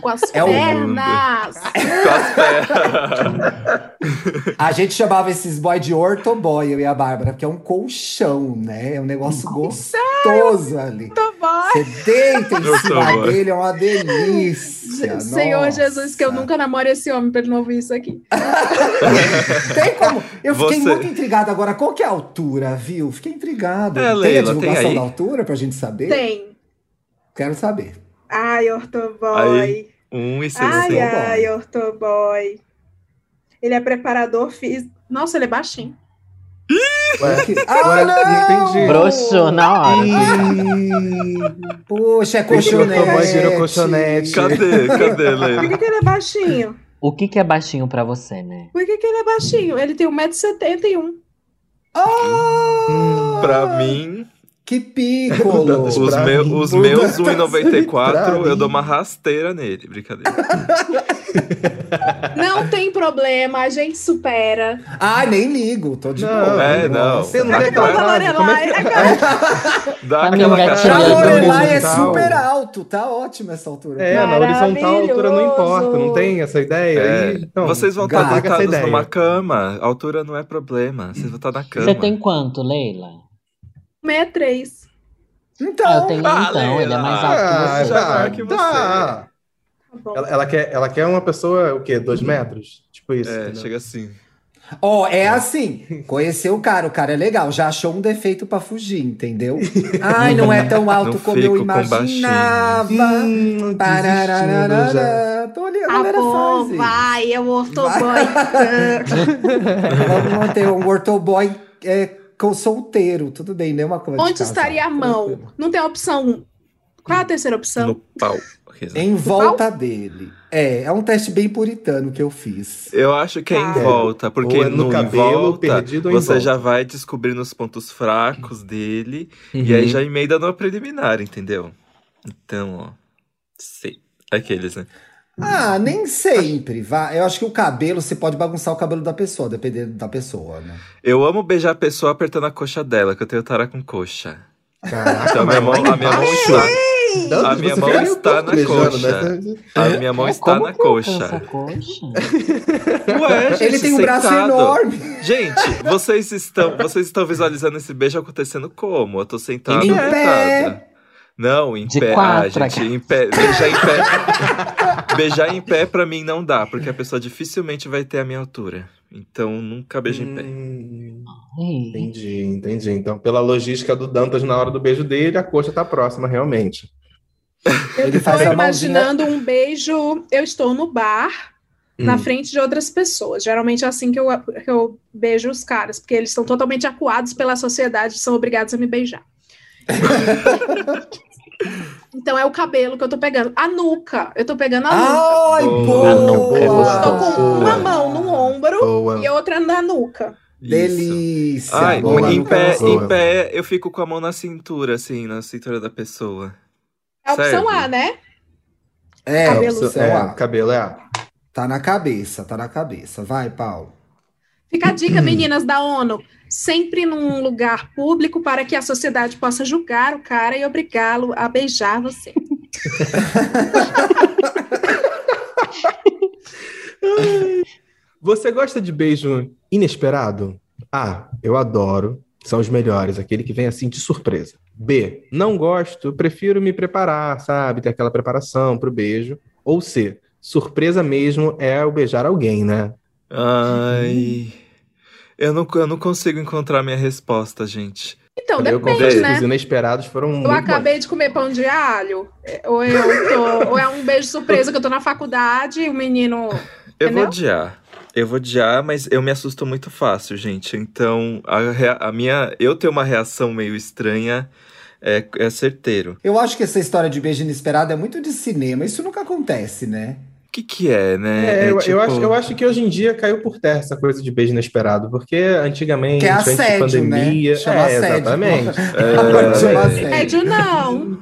D: com as
B: É o
A: mundo.
D: pernas.
A: Com as pernas.
B: A gente chamava esses boy de ortoboy, eu e a Bárbara, porque é um colchão, né? É um negócio gostoso ali.
D: Muito bom.
B: Você deita em cima
A: Ortoboy.
B: dele, é uma delícia.
D: Senhor
B: nossa.
D: Jesus, que eu nunca namoro esse homem pra ele não ouvir isso aqui.
B: Tem como? Eu fiquei
A: Você-
B: muito intrigada agora. Qual que é a altura, viu? Fiquei intrigada.
A: É,
B: tem
A: Leila,
B: a
A: tem
B: divulgação
A: aí?
B: da altura pra gente saber?
D: Tem.
B: Quero saber.
D: Ai,
A: Aí,
D: Ortoboy.
A: Um e
D: Ai,
A: sessenta.
D: ai, Ortoboy. Ele é preparador físico. Nossa, ele é baixinho.
C: Ué,
B: Que- Ah,
C: Agora, entendi.
E: gente. Broxou na hora.
B: Ih, Poxa, é
C: Ortoboy
B: colchonete.
C: virou colchonete.
A: Cadê? Cadê,
D: Por
A: Leila?
D: que, que ele é baixinho?
E: O que, que é baixinho pra você, né?
D: Por que, que ele é baixinho? Ele tem 1,71m.
B: Ah,
A: Pra mim,
B: Que
C: Mudando
B: pico!
A: os,
C: pra
A: meu,
C: mim,
A: os
C: muda
A: meus
C: pra
A: 1,94, eu
C: mim.
A: dou uma rasteira nele. Brincadeira.
D: Não tem problema, a gente supera.
B: Ai, nem ligo, tô de
C: Não,
B: boa. um
A: é, não.
B: Nossa.
C: Você não
A: Aquela
C: é
D: Aquela da
C: casado, como é
D: Lorelai. aquela-
A: Dá
E: Tá me
A: aquela
B: Pra
E: engatilhando.
A: cara.
B: Lorelai é
C: horizontal.
B: super alto, tá ótimo essa altura.
C: É, na horizontal a altura não
D: Maravilhoso.
C: importa, não tem essa ideia.
A: É,
C: Aí, então,
A: Vocês vão estar
B: gaga
C: cagar essa
A: deitados
C: ideia.
A: numa cama. A altura não é problema. Vocês vão estar na cama.
E: Você tem quanto, Leila?
D: 63.
E: Ah, eu
B: Então,
E: tenho
A: Ah,
E: então, ele é mais
A: Leila.
E: alto
C: Ah,
E: que você.
A: já
C: dá,
A: vai que você.
C: dá.
D: Tá bom.
C: Ela, ela quer, ela quer uma pessoa, o quê? Dois metros? Tipo isso.
A: Uhum. É,
C: entendeu?
A: chega assim.
B: ó, é assim. Conheceu o cara, o cara é legal, já achou um defeito pra fugir, entendeu? Ai, não é tão alto
A: Não
B: como eu
A: fico com baixinho.
B: imaginava.
C: Hum, desistindo já.
B: Pararararara. Tô olhando, a
D: Tá
B: galera
D: bom,
B: faz isso.
D: vai, eu então. ortoboy.
B: Vamos manter um ortoboy é, com solteiro, tudo bem, né? Uma coisa de
D: Onde
B: casal,
D: estaria a mão?
B: tranquilo.
D: Não tem opção. Qual é a terceira
C: Então,
D: opção?
A: No pau.
B: Em volta dele. É, é um teste bem puritano que eu fiz.
A: Eu acho que é em
D: Ah.
A: volta, porque
C: Ou é no
A: no,
C: cabelo,
A: em volta,
C: perdido ou em
A: você
C: volta.
A: já vai descobrindo os pontos fracos dele e
E: Uhum.
A: aí já emenda no preliminar, entendeu? Então, ó. Sei. Aqueles, né?
B: Ah, nem sempre. Vá. Eu acho que o cabelo, você pode bagunçar o cabelo da pessoa, dependendo da pessoa, né?
A: Eu amo beijar a pessoa apertando a coxa dela, que eu tenho tara com coxa.
C: Caraca,
A: Então, a minha mão,
C: Ah, mas
A: a minha mão está.
C: tanto
A: a
C: que
A: minha
C: você
A: mão
C: fica
A: está
C: tanto
A: na
C: beijando,
A: coxa.
C: né?
A: A minha mão
E: É,
A: está
E: como
A: na
E: que eu alcanço
A: coxa.
E: a coxa?
A: Ué, gente,
B: Ele tem um braço
A: É, sentado.
B: enorme.
A: Gente, vocês estão, vocês estão visualizando esse beijo acontecendo como? Eu tô sentado
B: Em
A: sentada.
B: pé.
A: Não, em
E: De
A: pé.
E: quatro,
A: ah, gente, em pé. Beijar em pé. beijar em pé pra mim não dá, porque a pessoa dificilmente vai ter a minha altura. Então nunca beijo em pé.
C: Hum,
E: Ih,
C: Entendi, entendi. Então, pela logística do Dantas na hora do beijo dele, a coxa tá próxima, realmente.
B: Ele
D: Estou
B: faz a mãozinha.
D: imaginando um beijo. Eu estou no bar, na
C: Hum.
D: frente de outras pessoas. Geralmente é assim que eu, que eu beijo os caras, porque eles são totalmente acuados pela sociedade, são obrigados a me beijar. então é o cabelo que eu tô pegando. A nuca. Eu tô pegando a nuca.
B: Ai,
A: Boa,
B: boa!
A: é
C: boa.
D: Estou Tá com uma
C: boa.
D: mão no ombro
C: Boa.
D: e outra na nuca.
A: Isso.
B: Delícia! Então, assim,
A: Ai,
C: Boa.
A: em pé, em
C: Boa.
A: pé eu fico com a mão na cintura, assim, na cintura da pessoa.
D: É a opção
A: Serve.
D: A, né?
B: É,
D: Cabelo
B: opção-
C: É,
B: é,
C: cabelo é A.
B: tá na cabeça, tá na cabeça. Vai, Paulo.
D: Fica a dica,
C: Hum.
D: meninas da ONU. Sempre num lugar público para que a sociedade possa julgar o cara e obrigá-lo a beijar você.
C: Você gosta de beijo inesperado? A. Eu adoro. São os melhores, aquele que vem assim de surpresa. B. Não gosto, prefiro me preparar, sabe? Ter aquela preparação pro beijo. Ou C. Surpresa mesmo é eu beijar alguém, né?
D: Uhum.
A: Ai. Eu não, eu não consigo encontrar minha resposta, gente.
D: Então,
C: eu
D: depende,
C: confesso
D: né?
C: que os inesperados foram muito
D: Eu
C: bons.
D: acabei de comer pão de alho, é, ou, eu tô- ou é um beijo surpresa que eu tô na faculdade e o menino.
A: Eu vou
D: Entendeu?
A: odiar. Eu vou odiar, mas eu me assusto muito fácil, gente. Então, a, rea- a minha. Eu ter uma reação meio estranha é, é certeiro.
B: Eu acho que essa história de beijo inesperado é muito de cinema. Isso nunca acontece, né?
A: O que, que é, né? É
C: É, eu, eu
A: tipo-
C: acho, eu acho que hoje em dia caiu por terra essa coisa de beijo inesperado, porque antigamente,
B: Que é
C: antes da
B: assédio, né?
C: pandemia,
B: Chama
C: é,
B: assédio.
C: exatamente.
A: é,
B: Agora
D: um
B: chama assédio.
D: Sério, não!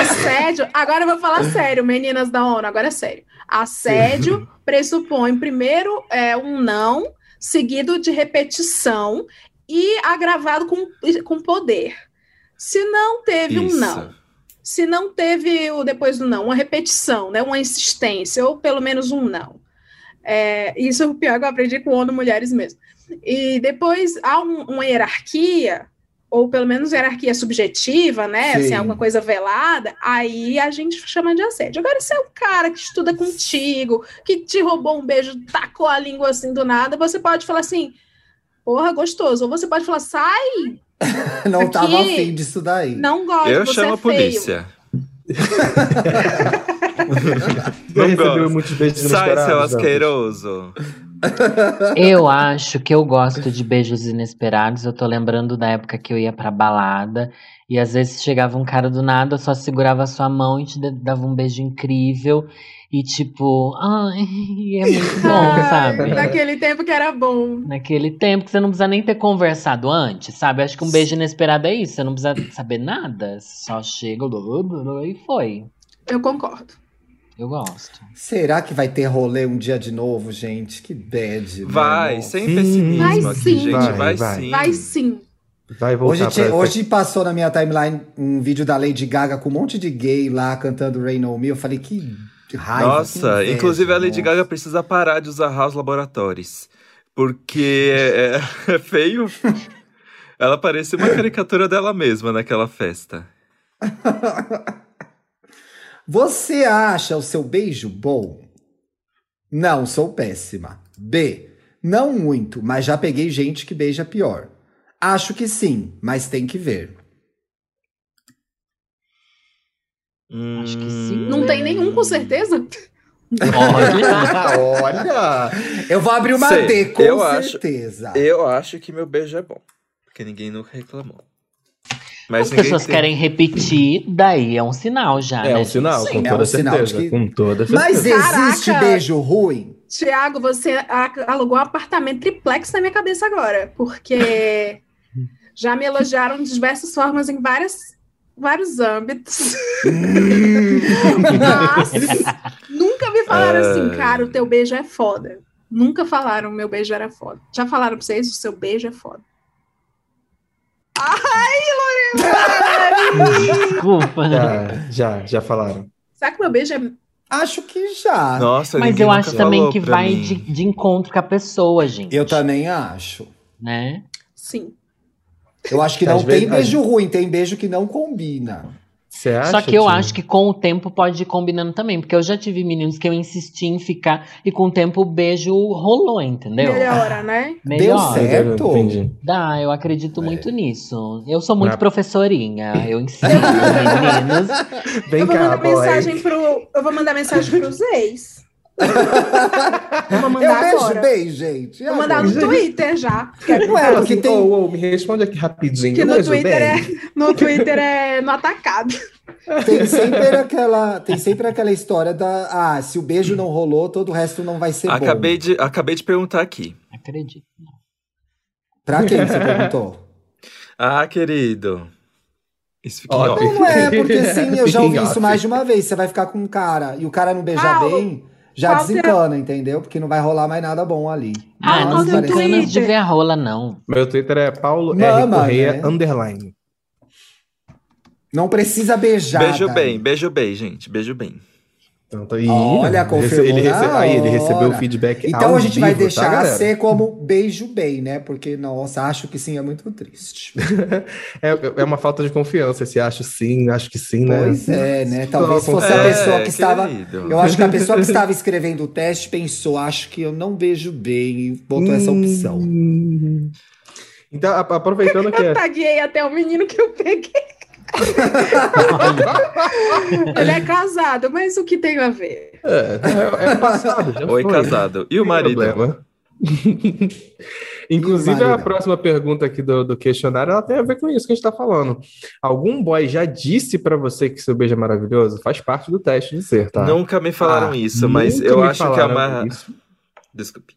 D: Assédio. Agora eu vou falar sério, meninas da ONU, agora é sério. Assédio pressupõe primeiro é, um não, seguido de repetição e agravado com, com poder. Se não teve um não, se não teve o depois do não, uma repetição, né, uma insistência, ou pelo menos um não. É, isso é o pior que eu aprendi com o ONU Mulheres mesmo. E depois há um- uma hierarquia, ou pelo menos hierarquia subjetiva, né?
B: Sim.
D: Assim, alguma coisa velada, aí a gente chama de assédio. Agora, se é um cara que estuda contigo, que te roubou um beijo, tacou a língua assim do nada, você pode falar assim, porra, gostoso. Ou você pode falar, sai,
B: Não
D: Aqui-
B: tava afim disso daí.
D: não gosto,
A: Eu
D: você
A: chamo
D: é
A: a
D: feio.
A: polícia.
C: Você
A: Não
C: recebeu
A: gosto.
C: muitos beijos
A: Sai,
C: inesperados,
A: seu
C: Dantas?
A: asqueroso.
E: Eu acho que eu gosto de beijos inesperados. Eu tô lembrando da época que eu ia pra balada e às vezes chegava um cara do nada, só segurava a sua mão e te de- dava um beijo incrível e tipo, ai, é muito bom,
D: Ai,
E: sabe?
D: Naquele tempo que era bom.
E: Naquele tempo que você não precisa nem ter conversado antes, sabe? Acho que um beijo inesperado é isso, você não precisa saber nada, só chega blá, blá, blá, e foi.
D: Eu concordo.
E: Eu gosto.
B: Será que vai ter rolê um dia de novo, gente? Que bad. né?
A: Vai,
B: Nossa.
A: sem
C: Sim.
A: pessimismo
D: Vai
A: aqui,
D: sim.
A: gente.
C: Vai,
A: Vai,
C: vai.
A: sim.
D: Vai sim.
C: Vai voltar
B: Hoje,
C: pra
B: tinha-
C: essa-
B: hoje passou na minha timeline um vídeo da Lady Gaga com um monte de gay lá cantando Rain On Me. Eu falei que raiva. que
A: Nossa,
B: inveja,
A: inclusive a Lady
B: nossa.
A: Gaga precisa parar de usar House Laboratories. Porque é, é feio. Ela parecia uma caricatura dela mesma naquela festa.
B: Você acha o seu beijo bom? Não, sou péssima. B. Não muito, mas já peguei gente que beija pior. Acho que sim, mas tem que ver.
E: Acho que
A: Hum,
E: sim.
D: Não tem nenhum, com certeza.
E: Olha,
C: Ah, olha!
B: Eu vou abrir uma
A: Sei,
B: D, com
A: eu acho-
B: certeza.
A: Eu acho que meu beijo é bom. Porque ninguém nunca reclamou. Mas
E: as
A: ninguém
E: pessoas
A: tem.
E: querem repetir, daí é um sinal já,
C: é
E: né?
C: um sinal,
B: Sim,
C: com
B: é
C: toda
B: um sinal de
C: certeza.
B: que-
C: Com toda certeza.
B: Mas
D: Caraca!
B: existe beijo ruim?
D: Tiago, você a- alugou um apartamento triplex na minha cabeça agora, porque já me elogiaram de diversas formas em várias, vários âmbitos. Mas nunca me falaram assim,
A: Ai.
D: cara, o teu beijo é foda. Nunca falaram meu beijo era foda. Já falaram pra vocês, o seu beijo é foda.
E: Desculpa.
C: É. Já, já, já falaram.
D: Será que meu beijo é.
B: Acho que já.
A: Nossa,
E: Mas
A: ninguém
E: eu
A: nunca
E: acho também
A: falou
E: que
A: pra
E: vai
A: mim.
E: de, de encontro com a pessoa, gente.
B: Eu também acho.
E: Né?
D: Sim.
B: Eu acho que
C: Às
B: não tem
C: vezes-
B: beijo ruim, tem beijo que não combina.
C: Você acha?
E: Só que eu
C: Tim?
E: acho que com o tempo pode ir combinando também, porque eu já tive meninos que eu insisti em ficar e com o tempo o beijo rolou, entendeu?
D: Melhora, né?
E: Melhor.
B: Deu certo.
C: Entendi.
E: Dá, eu acredito
B: É.
E: muito nisso. Eu sou muito
C: Na-
E: professorinha, eu ensino os meninos.
C: Vem
D: eu vou
C: cá, é
D: mandar
C: boy.
D: mensagem pro. Eu vou mandar mensagem pros ex. Eu vou
B: Eu um
D: mandar
B: beijo
D: agora.
B: bem, gente. E
D: Vou mandar no
B: agora?
D: Twitter já.
B: Não é, porque
C: Assim,
B: tem.
C: ô, ô, me responde aqui rapidinho.
D: Que no
C: Beijo,
D: Twitter
C: bem?
D: é, no Twitter é no atacado.
B: Tem sempre aquela, tem sempre aquela história da, ah, se o beijo não rolou, todo o resto não vai ser
A: Acabei
B: bom.
A: de, acabei de perguntar aqui.
E: Acredito.
B: Pra quem você perguntou?
A: Ah, querido. Isso fica em
C: Óbvio.
A: off.
B: Não, não é, porque sim, eu já ouvi
C: Off.
B: isso mais de uma vez. Você vai ficar com um cara e o cara não beijar
D: Ah, o-
B: bem, Já
D: Qual que é?
B: desencana, entendeu? Porque não vai rolar mais nada bom ali.
E: Ah,
D: Mas
E: não
D: tem
E: desencana
D: Twitter.
E: de ver a rola, não.
C: Meu Twitter é Paulo R.
B: Mama,
C: Correia,
B: né?
C: underline.
B: Não precisa beijar.
A: Beijo
B: Dai.
A: bem, beijo bem, gente. Beijo bem.
C: Então, tá- Ih,
B: Olha,
C: rece-
B: confirmou
C: ele
B: na
C: rece- Aí ele recebeu o
B: hora.
C: feedback
B: Então
C: ao
B: a gente vai
C: vivo, tá,
B: deixar
C: galera?
B: ser como beijo bem, né? Porque, nossa, acho que sim, é muito triste.
C: É, é uma falta de confiança, se acho sim, acho que sim, né?
B: Pois é, né? Talvez
C: Não,
B: fosse a
C: é,
B: pessoa que estava.
A: querido.
B: Eu acho que a pessoa que estava escrevendo o teste pensou, acho que eu não beijo bem e botou essa opção.
C: Hum. Então, a- aproveitando que
D: Eu
C: é...
D: taguei até o menino que eu peguei. Ele é casado, mas o que tem a ver?
C: É, é passado, já
A: Oi,
C: foi.
A: casado. E o
C: Não tem
A: marido?
C: problema. Inclusive,
B: E o
C: a
B: marido?
C: próxima pergunta aqui do, do questionário, ela tem a ver com isso que a gente tá falando. Algum boy já disse pra você que seu beijo é maravilhoso? Faz parte do teste de ser, tá?
A: Nunca me falaram
C: Ah,
A: isso, mas
C: nunca
A: eu
C: me
A: acho que é a
C: falaram
A: Mar...
C: isso.
A: Desculpe.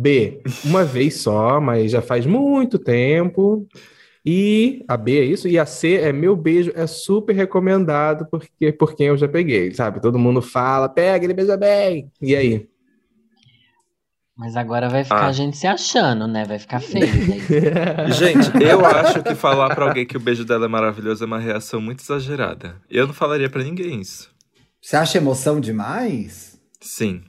C: B, uma vez só, mas já faz muito tempo. E a B é isso, e a C é meu beijo é super recomendado porque por quem eu já peguei, sabe? Todo mundo fala, pega, ele beija bem. E aí?
E: Mas agora vai ficar
A: Ah.
E: a gente se achando, né? Vai ficar feio. né? daí.
A: Gente, eu acho que falar pra alguém que o beijo dela é maravilhoso é uma reação muito exagerada. Eu não falaria pra ninguém isso.
B: Você acha emoção demais?
A: Sim.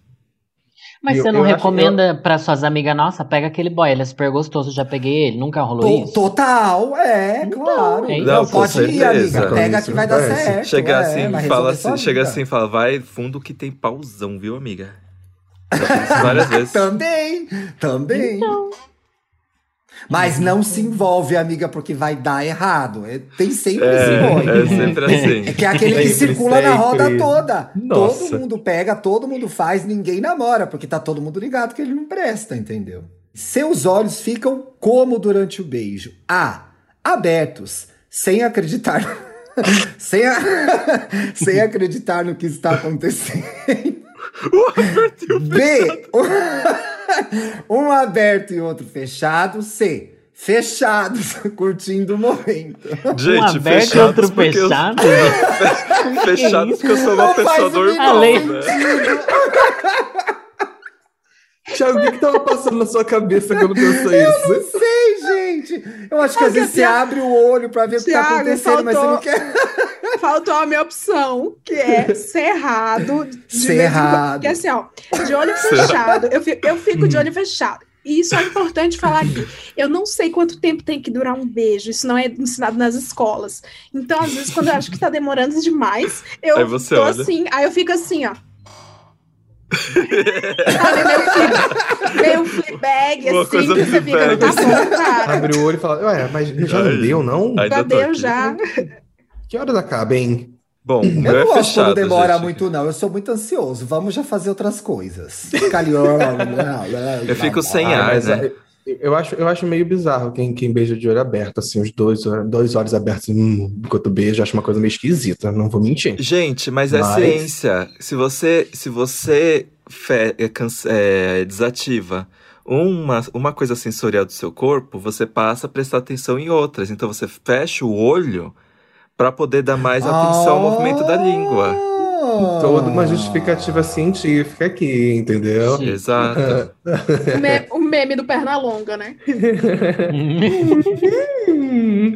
E: Mas
C: Eu-
E: você não
C: eu acho-
E: recomenda pra suas amigas, nossa, pega aquele boy, ele é super gostoso, já peguei ele, nunca rolou
B: To-
E: isso?
B: Total, é, claro.
E: é isso.
A: Não, com
B: pode ir,
A: certeza.
B: amiga. Pega que vai dar
C: Isso,
B: certo.
A: Chegar
B: é,
A: assim, fala
B: vai resolver sua
A: assim, chega
B: vida.
A: assim, fala, vai fundo que tem pauzão, viu, amiga? Eu fiz isso Várias vezes.
B: Então, Também, também. Mas não se envolve, amiga, porque vai dar errado. É- tem sempre esse
A: É, é
B: boi.
A: sempre assim.
B: É que é aquele que
C: Sempre,
B: circula na roda
C: sempre.
B: toda.
C: Nossa.
B: Todo mundo pega, todo mundo faz, ninguém namora, porque tá todo mundo ligado que ele não presta, entendeu? Seus olhos ficam como durante o beijo? A. Abertos, sem acreditar. sem, a- sem acreditar no que está acontecendo.
A: Um
B: B. Um aberto e outro fechado. C. Fechados, curtindo o momento.
E: um
A: Gente,
E: aberto e
A: fechados
E: outro
A: porque eu-
E: fechado?
A: fechados porque eu sou uma
B: Não faz
A: pessoa
B: o mínimo
A: normal,
E: Além-
A: né?
C: Thiago, o que, que tava passando na sua cabeça quando pensou isso?
B: sei, gente. Eu acho que às
D: Olha,
B: vezes você
D: Thiago-
B: abre o olho pra ver o que tá
D: Thiago,
B: acontecendo, mas você não
D: faltou-
B: quer.
D: Faltou a minha opção, que é cerrado. de vez em
B: Cerrado.
D: quando. Que é assim, ó, de olho fechado. Eu fico, eu fico de olho fechado. E isso é importante falar aqui. Eu não sei quanto tempo tem que durar um beijo. Isso não é ensinado nas escolas. Então, às vezes, quando eu acho que tá demorando demais, eu
A: Aí você
D: tô
A: olha.
D: assim, aí eu fico assim, ó. Sabe, meio flip, meio flip-bag,
A: Uma
D: assim,
A: coisa
D: que você fica, não tá
A: flip-bag,
D: bom, cara.
C: Abre o olho e fala, ué, mas já
A: Ai.
C: não deu, não?
A: Ai.
D: Já
A: Ainda tô
D: deu,
A: aqui.
D: já.
C: Que horas acaba, hein?
A: Bom, o meu
B: Eu não
A: é
B: gosto
A: fechado,
B: quando demora
A: gente.
B: muito, não. Eu sou muito ansioso. Vamos já fazer outras coisas. Calhão.
A: Eu fico sem
C: Ah,
A: ar,
C: mas
A: né?
C: é- Eu acho, eu acho meio bizarro quem, quem beija de olho aberto, assim, os dois, dois olhos abertos hum, enquanto beija, eu acho uma coisa meio esquisita, não vou mentir.
A: Gente, mas é
C: Mas-
A: ciência. Se você, se você fe- é, canc- é, desativa uma, uma coisa sensorial do seu corpo, você passa a prestar atenção em outras. Então você fecha o olho pra poder dar mais atenção ao movimento da língua.
B: Ah.
C: Toda uma justificativa científica aqui, entendeu?
E: Sim.
C: É.
A: Exato.
D: O me- O meme do Pernalonga, né?
C: Hum.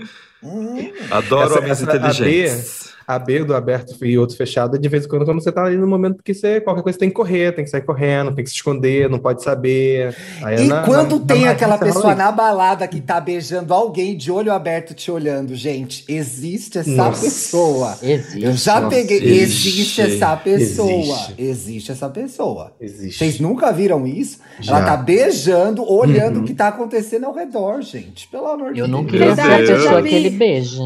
A: Adoro
C: Essa-
A: homens
C: essa- a
A: inteligentes.
C: A B do aberto e outro fechado é de vez em quando quando você tá ali no momento que você, qualquer coisa tem que correr, tem que sair correndo, tem que se esconder, não pode saber. Aí é
B: E
C: na-
B: quando
C: na-
B: tem
C: na
B: aquela
C: margem, você
B: pessoa
C: fala,
B: na balada que tá beijando alguém de olho aberto te olhando, gente, existe essa
C: Nossa.
B: pessoa.
E: Existe.
B: Eu já peguei.
A: existe.
B: Existe, essa pessoa.
C: Existe.
B: existe essa pessoa.
C: Existe.
B: Vocês nunca viram isso?
C: Já.
B: Ela tá beijando, olhando
C: Uhum.
B: o que tá acontecendo ao redor, gente. Pelo amor de
E: Eu
B: Deus.
E: não queria ser a
A: Verdade, eu já
E: pessoa
D: vi.
E: que ele beija.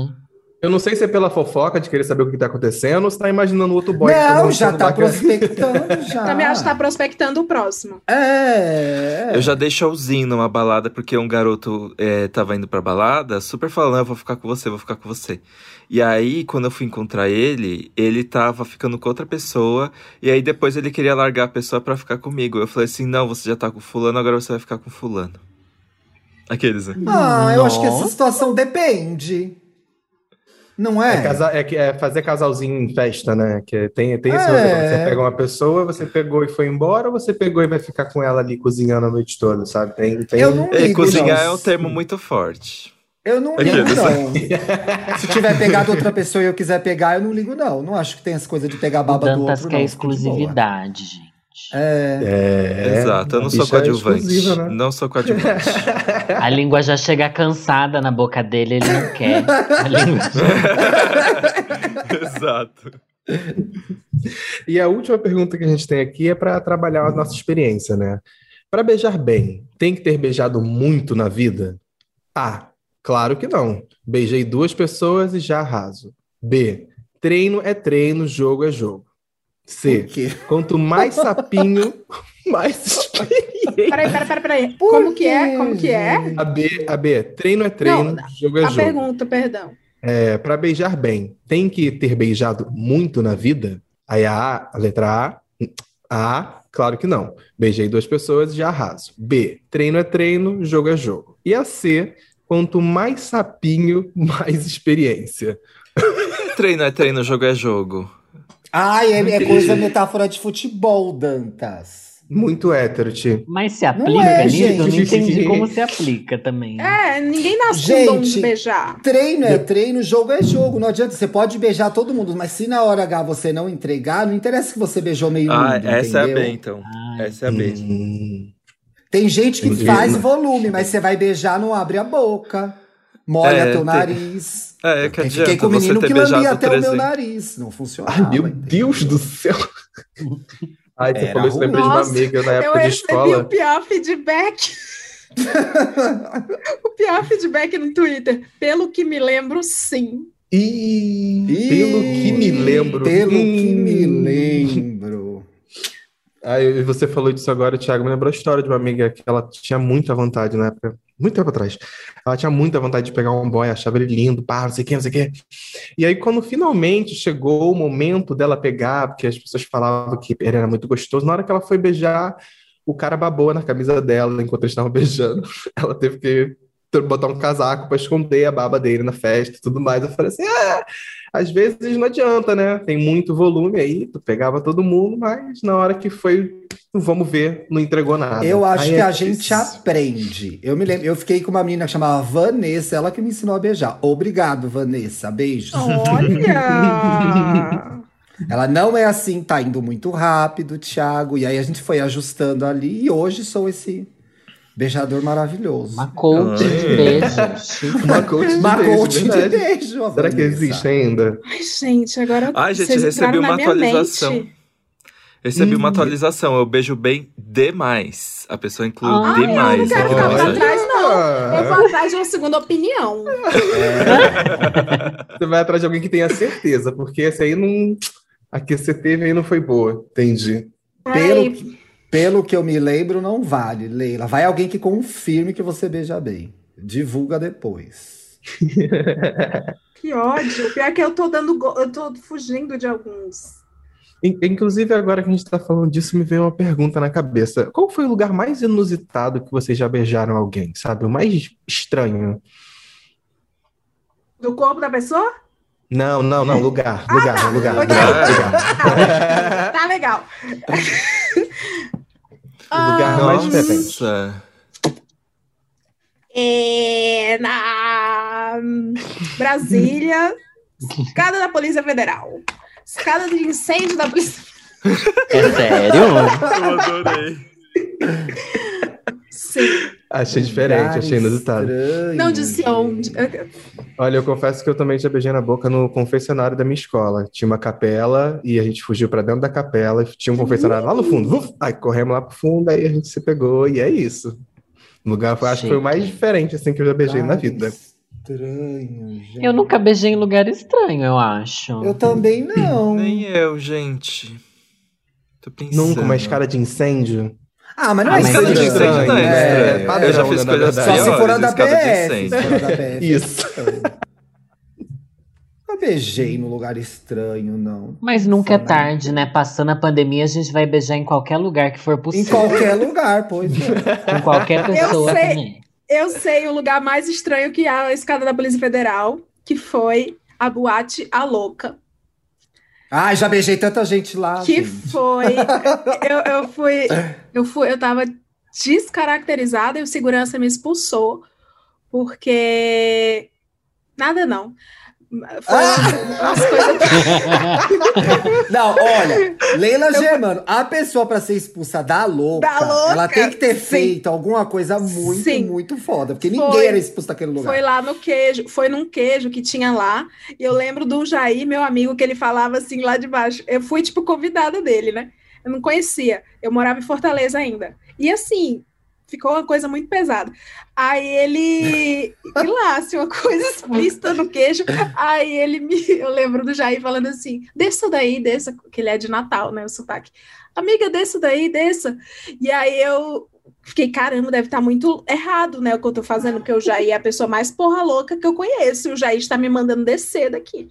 C: Eu não sei se é pela fofoca de querer saber o que tá acontecendo ou se tá imaginando outro boy. que todo
B: Não,
C: mundo
B: já
C: falando
B: tá
C: bacana.
B: prospectando já.
D: Também acho
B: Ah.
D: que tá prospectando o próximo.
B: É.
A: Eu já dei showzinho numa balada porque um garoto é, tava indo pra balada, super falando, "Ah, eu vou ficar com você, vou ficar com você. E aí, quando eu fui encontrar ele, ele tava ficando com outra pessoa, e aí depois ele queria largar a pessoa pra ficar comigo. Eu falei assim: não, você já tá com fulano, agora você vai ficar com fulano. Aqueles, né?
B: Ah, eu acho que essa
E: Nossa.
B: situação depende. Não é?
C: É, casa- é que- é fazer casalzinho em festa, né? Que tem, tem esse
B: É.
C: rolê, Você pega uma pessoa, você pegou e foi embora, ou você pegou e vai ficar com ela ali cozinhando a noite toda, sabe? Tem, tem...
B: Eu não
A: É,
B: ligo,
A: cozinhar é
B: não.
A: um termo muito forte.
B: Eu não
A: Aqui,
B: ligo,
A: né?
B: não. Se tiver pegado outra pessoa e eu quiser pegar, eu não ligo, não. Não acho que tem essa coisa de pegar a
E: O
B: baba do
E: Dantas
B: outro,
E: quer
B: não. Fico de boa.
E: exclusividade, gente.
C: É,
A: Exato, eu
C: a
A: não sou
C: bicha é
A: coadjuvante.
C: exclusiva, né?
A: Não sou coadjuvante.
E: A língua já chega cansada na boca dele, ele não quer. A língua
A: Exato.
C: E a última pergunta que a gente tem aqui é para trabalhar a nossa experiência, né? Para beijar bem, tem que ter beijado muito na vida? A. Claro que não. Beijei duas pessoas e já arraso. B. Treino é treino, jogo é jogo. C.
B: Por quê?
C: Quanto mais sapinho, mais experiência.
D: Peraí, peraí, peraí, peraí.
B: Por
D: Como que é?
B: quê,
D: Como que é?
C: A B, a B. Treino é treino, jogo é
D: A
C: jogo.
D: pergunta, perdão.
C: É, para beijar bem, tem que ter beijado muito na vida? Aí a, A, a letra A, a, A, claro que não. Beijei duas pessoas e já arraso. B, treino é treino, jogo é jogo. E a C, quanto mais sapinho, mais experiência.
A: Treino é treino, jogo é jogo.
B: Ai, é, é coisa metáfora de futebol, Dantas.
C: Muito hétero, Ti.
E: Mas se
B: Não
E: aplica
B: é,
E: nisso? Eu não
C: gente.
E: entendi como se aplica também.
D: É, ninguém nasce com dom de
B: Gente.
D: beijar.
B: Treino é treino, jogo é jogo. Não adianta, você pode beijar todo mundo, mas se na hora H você não entregar, não interessa que você beijou meio
A: Ah,
B: mundo,
A: essa é a
B: entendeu?
A: B, então.
E: Ai,
A: Essa é a B.
C: Hum.
B: Tem gente que
C: Entendi.
B: faz volume, mas você vai beijar, não abre a boca. Molha
A: É,
B: teu
A: tem-
B: nariz.
A: É, que
B: Eu fiquei
A: adianta
B: com o
A: você
B: menino
A: ter
B: que lambia
A: beijado
B: até o meu
A: 300.
B: nariz. Não funcionava.
C: Ai, meu
B: entendeu?
C: Deus do céu. Ai, você
B: É, Era
C: falou isso,
B: ruim.
C: lembrei de uma
D: Nossa,
C: amiga né? na
D: Eu
C: época de
D: recebi
C: escola.
D: o pior feedback. o pior feedback no Twitter. Pelo que me lembro, sim.
C: Ih,
B: Ih,
C: pelo que me lembro.
B: Pelo que
C: Hum.
B: me lembro.
C: Aí você falou disso agora, Thiago, me lembrou a história de uma amiga que ela tinha muita vontade na época, muito tempo atrás. Ela tinha muita vontade de pegar um boy, achava ele lindo, pá, não sei o que, não sei o que. E aí, quando finalmente chegou o momento dela pegar, porque as pessoas falavam que ele era muito gostoso, na hora que ela foi beijar, o cara babou na camisa dela enquanto eles estavam beijando. Ela teve que botar um casaco para esconder a baba dele na festa e tudo mais. Eu falei assim, ah, às vezes não adianta, né? Tem muito volume aí, tu pegava todo mundo, mas na hora que foi, vamos ver, não entregou nada.
B: Eu acho
C: Aí
B: que
C: é
B: a gente
C: difícil.
B: aprende. Eu me lembro, eu fiquei com uma menina que chamava Vanessa, ela que me ensinou a beijar. Obrigado, Vanessa. Beijos.
D: Oh, Olha!
B: Ela não é assim, tá indo muito rápido, Thiago. E aí a gente foi ajustando ali e hoje sou esse beijador maravilhoso.
E: Uma coach de
A: Ai.
E: beijos.
C: Uma coach de
B: Uma
C: beijo,
B: coach de
C: verdade.
B: beijo. a
C: Será que
B: Vanessa.
C: existe ainda?
D: Ai, gente, agora
A: Ai, gente,
D: vocês
A: recebi
D: entraram
A: uma
D: na minha
A: atualização.
D: mente.
A: Recebi
C: Hum.
A: uma atualização. Eu beijo bem demais. A pessoa inclui
E: Ai, eu não
A: demais.
D: quero
A: na
D: ficar pra
A: mensagem.
D: trás, não. Eu
C: Ah,
D: vou atrás de uma segunda opinião.
B: É,
C: Você vai atrás de alguém que tenha certeza, porque esse aí não. A que você teve aí não foi boa. Entendi.
B: Pelo,
D: Ai,
B: que- pelo que eu me lembro, não vale, Leila. Vai alguém que confirme que você beija bem. Divulga depois.
D: que ódio. Pior que eu tô dando. go- Eu tô fugindo de alguns.
C: In- Inclusive, agora que a gente está falando disso, me veio uma pergunta na cabeça. Qual foi o lugar mais inusitado que vocês já beijaram alguém, sabe? O mais estranho?
D: Do corpo da pessoa?
C: Não, não, não, lugar, lugar, lugar,
D: ok.
C: Ah, lugar, lugar.
D: Tá legal. Ah,
C: O lugar mais
D: Ahn,
C: diferente.
A: Nossa.
D: É, na Brasília, escada da Polícia Federal, escada de incêndio da Polícia,
E: É sério?
A: Eu adorei.
D: Sim,
C: Achei diferente, achei inusitado.
D: não disse onde.
C: Olha, eu confesso que eu também já beijei na boca no confessionário da minha escola. Tinha uma capela e a gente fugiu pra dentro da capela. e Tinha um confessionário lá no fundo. Vuf! Aí corremos lá pro fundo, aí a gente se pegou e é isso. O lugar, foi- acho que foi o mais
E: Chique.
C: diferente assim que eu já beijei na vida.
B: Estranho, gente.
E: Eu nunca beijei em lugar estranho, eu acho.
B: Eu também não.
A: Nem eu, gente. Tô pensando.
C: Nunca uma escada de incêndio.
B: Ah, mas não
E: Ah,
B: é
E: mas
A: Escada de
E: estranho,
A: incêndio não é
B: né?
A: estranho.
C: padrão,
A: eu já
C: né,
A: fiz assim,
C: na
A: coisas
C: verdade.
B: Só se for a
A: piores,
B: da
A: escada
B: BF.
A: de
B: se
A: incêndio.
B: for a da
E: É
B: BF.
C: Isso.
B: Eu beijei num lugar estranho, não.
E: Mas nunca é
B: Sim.
E: tarde, né? Passando a pandemia, a gente vai beijar em qualquer lugar que for
B: Em
E: possível.
B: qualquer lugar, pois é.
E: Com qualquer pessoa
D: sei.
E: também.
D: Eu sei o lugar mais estranho que é a escada da Polícia Federal, que foi a boate A Louca.
B: Ai, já beijei tanta gente lá.
D: Que
B: gente.
D: foi. Eu, eu fui. Eu fui, eu tava descaracterizada e o segurança me expulsou, porque nada não. Foi umas coisas.
B: Não, olha, Leila Germano, a pessoa pra ser expulsa da louca,
D: Da louca,
B: ela tem que ter
D: sim.
B: feito alguma coisa muito,
D: Sim.
B: muito foda. Porque
D: Foi.
B: ninguém era expulso daquele lugar.
D: Foi lá no queijo, foi num queijo que tinha lá. E eu lembro do Jair, meu amigo, que ele falava assim lá de baixo. Eu fui, tipo, convidada dele, né? Eu não conhecia. Eu morava em Fortaleza ainda. E assim, ficou uma coisa muito pesada. Aí ele. E lá, assim, uma coisa explícita no queijo. Aí ele me. Eu lembro do Jair falando assim: desça daí, desça, que ele é de Natal, né? O sotaque. Amiga, desça daí, desça. E aí eu fiquei, caramba, deve estar muito errado, né, o que eu tô fazendo, porque o Jair é a pessoa mais porra louca que eu conheço, e o Jair está me mandando descer daqui.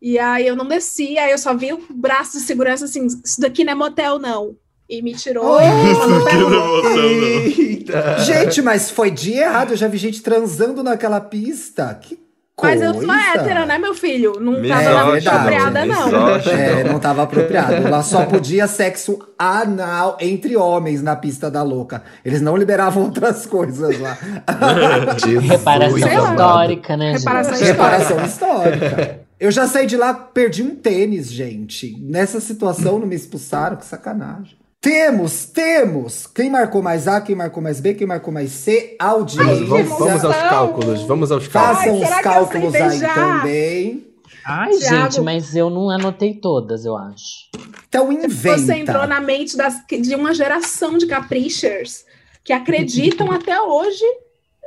D: E aí eu não desci, aí eu só vi o braço de segurança assim, isso daqui não é motel não. E me tirou. e falou,
A: Que
D: "Pera lá."
A: emoção, não.
C: Eita!
B: Gente, mas foi dia errado. Eu já vi gente transando naquela pista. Que
D: Mas
B: coisa.
D: eu sou hétera, né, meu filho? Não tava
A: é
B: Misógino,
D: nada apropriada, não.
A: misógino.
B: É,
D: Então,
B: não tava apropriado. Lá só podia sexo anal entre homens na pista da louca. Eles não liberavam outras coisas lá.
E: Reparação
D: Sei lá.
E: histórica, né,
D: Reparação
E: gente?
B: Reparação histórica. Eu já saí de lá, perdi um tênis, gente. Nessa situação não me expulsaram, que sacanagem. Temos, temos. Quem marcou mais A, quem marcou mais B, quem marcou mais C,
C: Mas
B: audiência.
C: vamos, vamos aos
D: emoção!
C: cálculos, vamos aos
D: Ai,
B: Façam
C: cálculos.
D: será que
B: os
D: eu
B: cálculos
D: sei
B: aí
D: beijar?
B: também.
E: Ai,
D: Thiago.
E: gente, mas eu não anotei todas, eu acho.
B: Então inventa.
D: Você entrou na mente das- de uma geração de caprichers que acreditam até hoje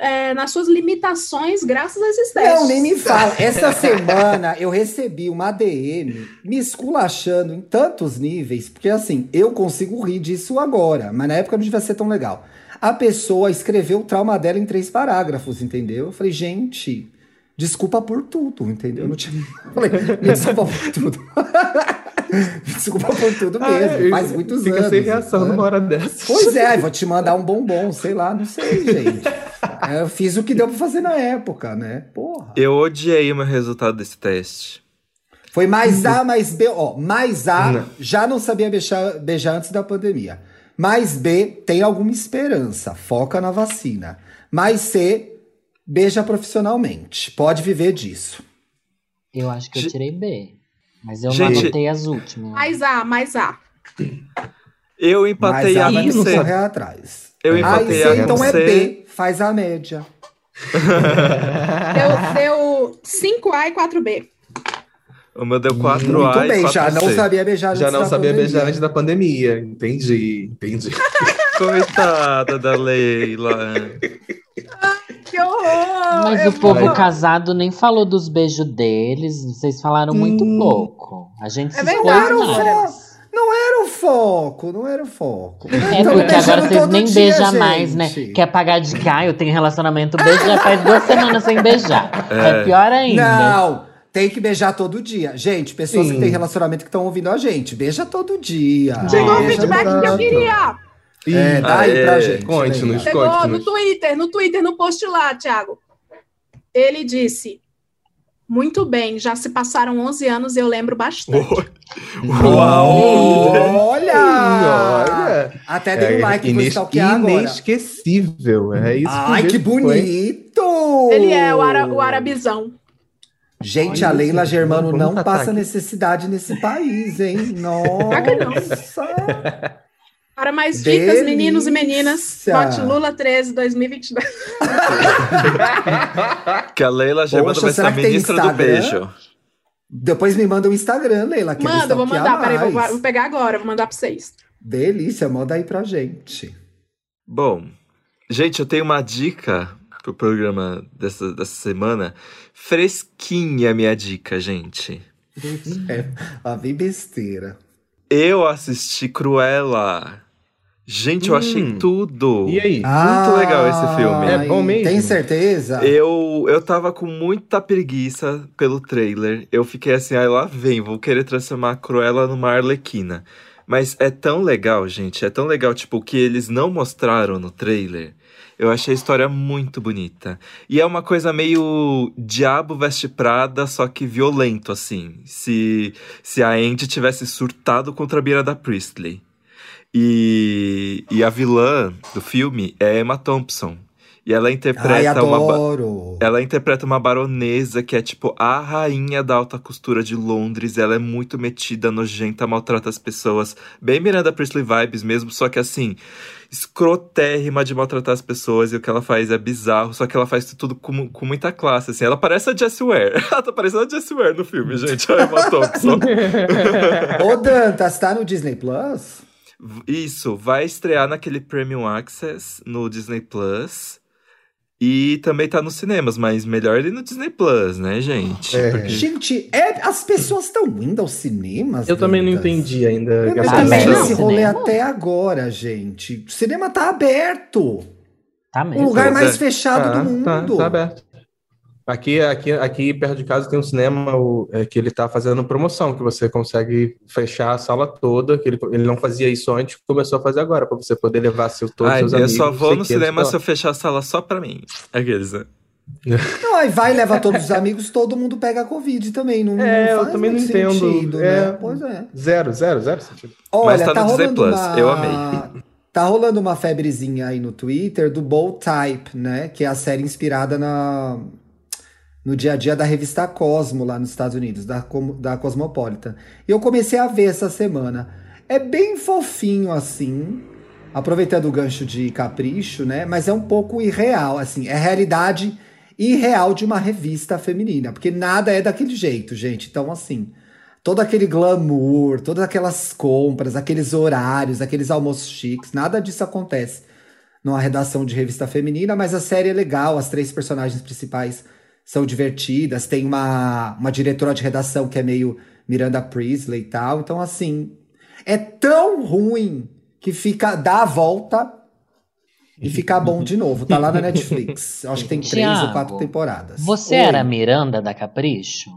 D: é, nas suas limitações graças a esses testes.
B: Não, nem me fala. Essa semana eu recebi uma ADM me esculachando em tantos níveis, porque assim, eu consigo rir disso agora, mas na época não devia ser tão legal. A pessoa escreveu o trauma dela em três parágrafos, entendeu? Eu falei, gente, desculpa por tudo, entendeu? Eu não tinha... eu falei, me desculpa por tudo. me desculpa por tudo mesmo,
C: Ai,
B: faz muitos
C: Fica
B: anos.
C: sem reação
B: né?
C: numa hora dessa.
B: Pois é, vou te mandar um bombom, sei lá, não sei, gente. Eu fiz o que deu pra fazer na época, né? Porra.
A: Eu odiei o meu resultado desse teste.
B: Foi mais A, mais B, ó. Mais A,
C: Não.
B: já não sabia beijar, beijar antes da pandemia. Mais B, tem alguma esperança, foca na vacina. Mais C, beija profissionalmente, pode viver disso.
E: Eu acho que eu
A: Ge-
E: tirei B. Mas eu
A: Gente-
E: não anotei as últimas.
D: Mais A, mais A.
A: Eu
B: Mas
A: empatei
B: A
A: A
B: vai
A: com
B: ter que
A: C.
B: correr atrás.
A: Eu
B: A
C: Ah,
B: e
A: empatei
B: C,
A: A com
B: então é
A: C.
B: B, faz a média.
D: Deu, deu 5A e 4B.
A: O meu deu 4A
B: Muito
A: e
B: bem,
A: 4C.
B: já não sabia beijar antes
C: Já não
B: da
C: sabia
B: pandemia.
C: beijar antes da pandemia. Entendi, entendi.
A: Coitada da Leila.
D: Que horror!
E: Mas
D: Eu
E: o povo
D: vou-
E: casado nem falou dos beijos deles. Vocês falaram muito
C: Hum.
E: pouco. A gente
D: É
E: se
D: verdade,
E: expôs
B: olha.
E: mais.
B: Não era É o foco, não era o foco. Então,
E: É porque agora vocês nem beijam mais, né?
B: Que
E: Quer pagar de cá, eu tenho relacionamento, beijo já faz duas semanas sem beijar. É, pior ainda.
B: Não, tem que beijar todo dia. Gente, pessoas
C: Sim.
B: que têm relacionamento que estão ouvindo a gente, beija todo dia.
D: Chegou o
E: Ah,
B: Beija
D: feedback que eu
B: tanto.
D: queria.
B: É, dá aí
A: Aê,
B: pra gente.
C: conte-nos.
B: Leila.
D: Chegou
C: Conte-nos.
D: no Twitter, no Twitter, no post lá, Thiago. Ele disse: Muito bem, já se passaram 11 anos e eu lembro bastante.
A: Uau!
B: Olha!
C: Olha! É,
B: Até dei um like pro
C: ines-
B: stalkear agora.
C: inesquecível. É isso
B: Ai, que
C: mesmo foi.
B: bonito!
D: Ele é o, ara, o arabizão.
B: Gente,
C: Olha,
B: a Leila
C: gente,
B: Germano
C: vamos
B: não
C: catar
B: passa
C: aqui.
B: necessidade nesse país, hein?
D: que não?
B: Nossa!
D: Para mais dicas,
B: Delícia.
D: meninos e meninas, vote Lula 13, 2022.
A: Que a Leila Germano
B: Poxa,
A: vai ser a
B: será que tem
A: ministra do
B: Instagram?
A: beijo.
B: Depois me manda o Instagram, Leila. Que
D: Manda, eu vou
B: stalkear
D: mandar, peraí, vou,
B: mais.
D: vou pegar agora, vou mandar para vocês.
B: Delícia, manda aí pra gente.
A: Bom, gente, eu tenho uma dica pro programa dessa, dessa semana. Fresquinha é minha dica, gente.
B: Ah, vi besteira.
A: Eu assisti Cruella. Gente, eu
C: Hum.
A: achei tudo.
C: E aí?
A: Muito legal esse filme. né?
C: É bom mesmo?
B: Ah, Tem certeza?
A: Eu, eu tava com muita preguiça pelo trailer. Eu fiquei assim, ai lá vem, vou querer transformar a Cruella numa Arlequina. Mas é tão legal, gente. É tão legal, tipo, o que eles não mostraram no trailer. Eu achei a história muito bonita. E é uma coisa meio Diabo Veste Prada, só que violento, assim. Se, se a Andy tivesse surtado contra a Bira da Priestley. E, e a vilã do filme é Emma Thompson. E ela
B: Ai,
A: interpreta uma. ba-
B: adoro!
A: ela interpreta uma baronesa que é tipo a rainha da alta costura de Londres. Ela é muito metida, nojenta, maltrata as pessoas. Bem Miranda Priestley vibes mesmo, só que assim, escrotérrima de maltratar as pessoas. E o que ela faz é bizarro, só que ela faz tudo com, mu- com muita classe, assim. Ela parece a Jessie Ware. ela tá parecendo a Jessie Ware no filme, gente. A Emma Thompson.
B: Ô, Dantas, tá no Disney Plus?
A: V- Isso, vai estrear naquele Premium Access no Disney Plus. E também tá nos cinemas, mas melhor ele no Disney Plus, né, gente?
C: É.
A: Porque-
B: Gente, é- as pessoas estão indo aos cinemas?
C: Eu também não
B: Dantas?
C: entendi ainda.
B: Eu não
C: essa
E: Tá
B: entendi
E: aberto
C: questão.
B: esse
E: o
B: rolê
E: cinema?
B: até agora, gente. O cinema tá aberto.
E: Tá
B: O
E: mesmo.
B: lugar
A: Pois
B: mais
A: é.
B: fechado
C: Tá,
B: do mundo.
C: Tá, tá aberto. Aqui, aqui, aqui perto de casa tem um cinema o- é, que ele tá fazendo promoção, que você consegue fechar a sala toda, que ele, ele não fazia isso antes, começou a fazer agora, pra você poder levar seu, todos
A: Ai,
C: seus
A: eu
C: amigos.
A: só
C: não
A: vou no
C: sei o quê, não sei
A: cinema
C: o que
A: se eu
C: lá.
A: fechar a sala só pra mim. Aqueles, né?
B: Não, aí vai, leva todos os amigos, todo mundo pega a Covid também. Não,
C: É,
B: não
C: eu
B: faz
C: também
B: muito
C: não entendo.
B: Sentido,
C: É.
B: Né? Pois é.
C: Zero, zero, zero sentido.
B: Olha,
A: tá
B: tá
A: no Disney
B: rolando
A: Plus,
B: uma...
A: eu amei.
B: Tá rolando uma febrezinha aí no Twitter do Bold Type, né? Que é a série inspirada na... no dia a dia da revista Cosmo lá nos Estados Unidos, da, Com- da Cosmopolitan. E eu comecei a ver essa semana. É bem fofinho assim, aproveitando o gancho de capricho, né? Mas é um pouco irreal, assim, é realidade irreal de uma revista feminina, porque nada é daquele jeito, gente. Então, assim, todo aquele glamour, todas aquelas compras, aqueles horários, aqueles almoços chiques, nada disso acontece numa redação de revista feminina, mas a série é legal, as três personagens principais são divertidas, tem uma, uma diretora de redação que é meio Miranda Priestley e tal, então assim, é tão ruim que fica, dá a volta e fica bom de novo, tá lá na Netflix, Eu acho que tem três ou
E: Tiago,
B: quatro temporadas.
E: Você
B: Oi.
E: era a Miranda da Capricho?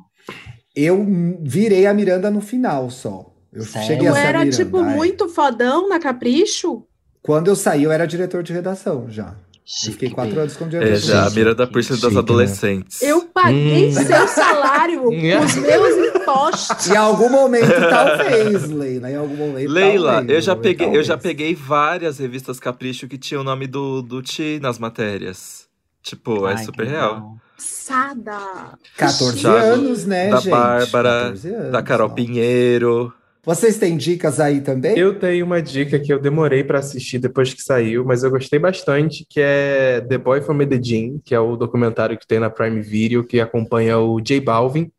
B: Eu virei a Miranda no final só. Eu
E: Sério?
B: cheguei a
D: Eu
B: ser a
D: era,
B: Miranda,
D: tipo,
B: é.
D: muito fodão na Capricho.
B: Quando eu saí, eu era diretor de redação já. Eu
E: Chique,
B: fiquei quatro
E: bem.
B: anos como diretor
A: É,
B: de
A: já, a
B: redação.
A: mira da Priestley das
C: Chique, né?
A: adolescentes.
D: Eu paguei
C: Hum.
D: seu salário com os meus impostos.
B: Em algum momento, talvez, Leila. Em algum momento.
A: Leila,
B: talvez,
A: eu já,
B: Leila,
A: peguei, eu já
B: talvez.
A: peguei várias revistas Capricho que tinham o nome do, do Ti nas matérias. Tipo, é
E: Ai,
A: super
E: que
A: real.
E: legal.
D: Sada.
B: 14
A: Thiago,
B: anos, né,
A: da
B: gente?
A: Bárbara,
B: 14 anos,
A: Da Carol
B: não.
A: Pinheiro.
B: Vocês têm dicas aí também?
C: Eu tenho uma dica que eu demorei pra assistir depois que saiu, mas eu gostei bastante, que é The Boy from Medellín, que é o documentário que tem na Prime Video, que acompanha o J Balvin,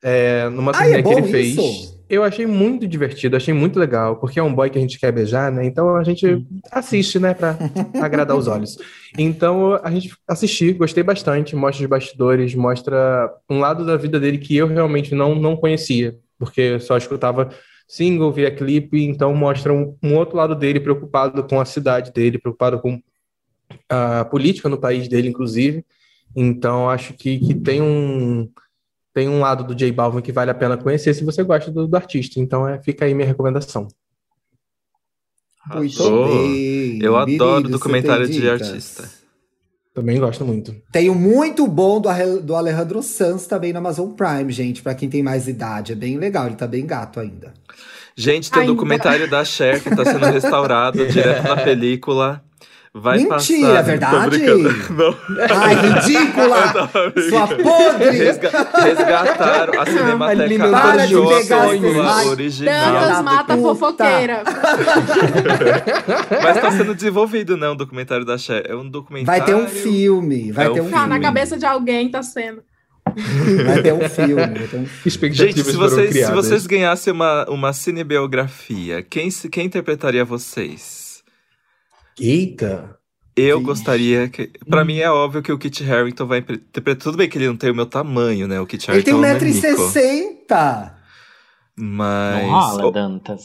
C: é, numa
B: Ah, é
C: turnê que
B: bom
C: ele fez.
B: isso?
C: Eu achei muito divertido, achei muito legal, porque é um boy que a gente quer beijar, né? Então a gente assiste, né, pra agradar os olhos. Então a gente assisti, gostei bastante, mostra os bastidores, mostra um lado da vida dele que eu realmente não, não conhecia, porque eu só escutava single, via clipe, então mostra um, um outro lado dele preocupado com a cidade dele, preocupado com a política no país dele, inclusive. Então acho que, que tem um tem um lado do J Balvin que vale a pena conhecer se você gosta do, do artista. Então é, fica aí minha recomendação.
B: Muito
A: Arrasou.
B: bem.
A: Eu adoro
B: Merido, você
A: documentário
B: tem
A: de
B: dicas?
A: artista.
C: Também gosto muito.
B: Tem um muito bom do, Arre- do Alejandro Sanz também na Amazon Prime, gente. Pra quem tem mais idade. É bem legal, ele tá bem gato ainda.
A: Gente, tem o
D: Ainda.
A: documentário da Cher que tá sendo restaurado direto na película. Vai
B: Mentira,
A: passar. Tô
B: verdade?
A: brincando. Não.
B: Ai, ridícula! Sua podre!
A: Resga- resgataram a Cinemateca
C: Eliminaram
B: Para de
A: Ariola
B: pegar as pessoas.
A: original.
D: Dantas
B: Filha da
D: mata
B: puta.
D: fofoqueira.
A: Mas tá sendo desenvolvido, né? Um documentário da Cher. É um documentário.
B: Vai ter um filme, vai
A: É
B: ter
A: o
B: um
D: Tá,
B: filme.
D: na cabeça de alguém tá sendo.
B: Vai ter um filme. vai ter um filme.
C: Expectativas
A: Gente, se
C: foram
A: vocês, se
C: criadas.
A: vocês ganhassem uma, uma cinebiografia, quem, se- quem interpretaria vocês?
C: Eita!
A: Eu
B: Vixe.
A: gostaria que. Pra mim é óbvio que o Kit Harington vai impre- interpretar. Tudo bem que ele não tem o meu tamanho, né? O Kit
B: Ele tem
A: Harington é um nanico.
B: 1,60m.
A: Mas.
E: Não rola,
A: o-
E: Dantas.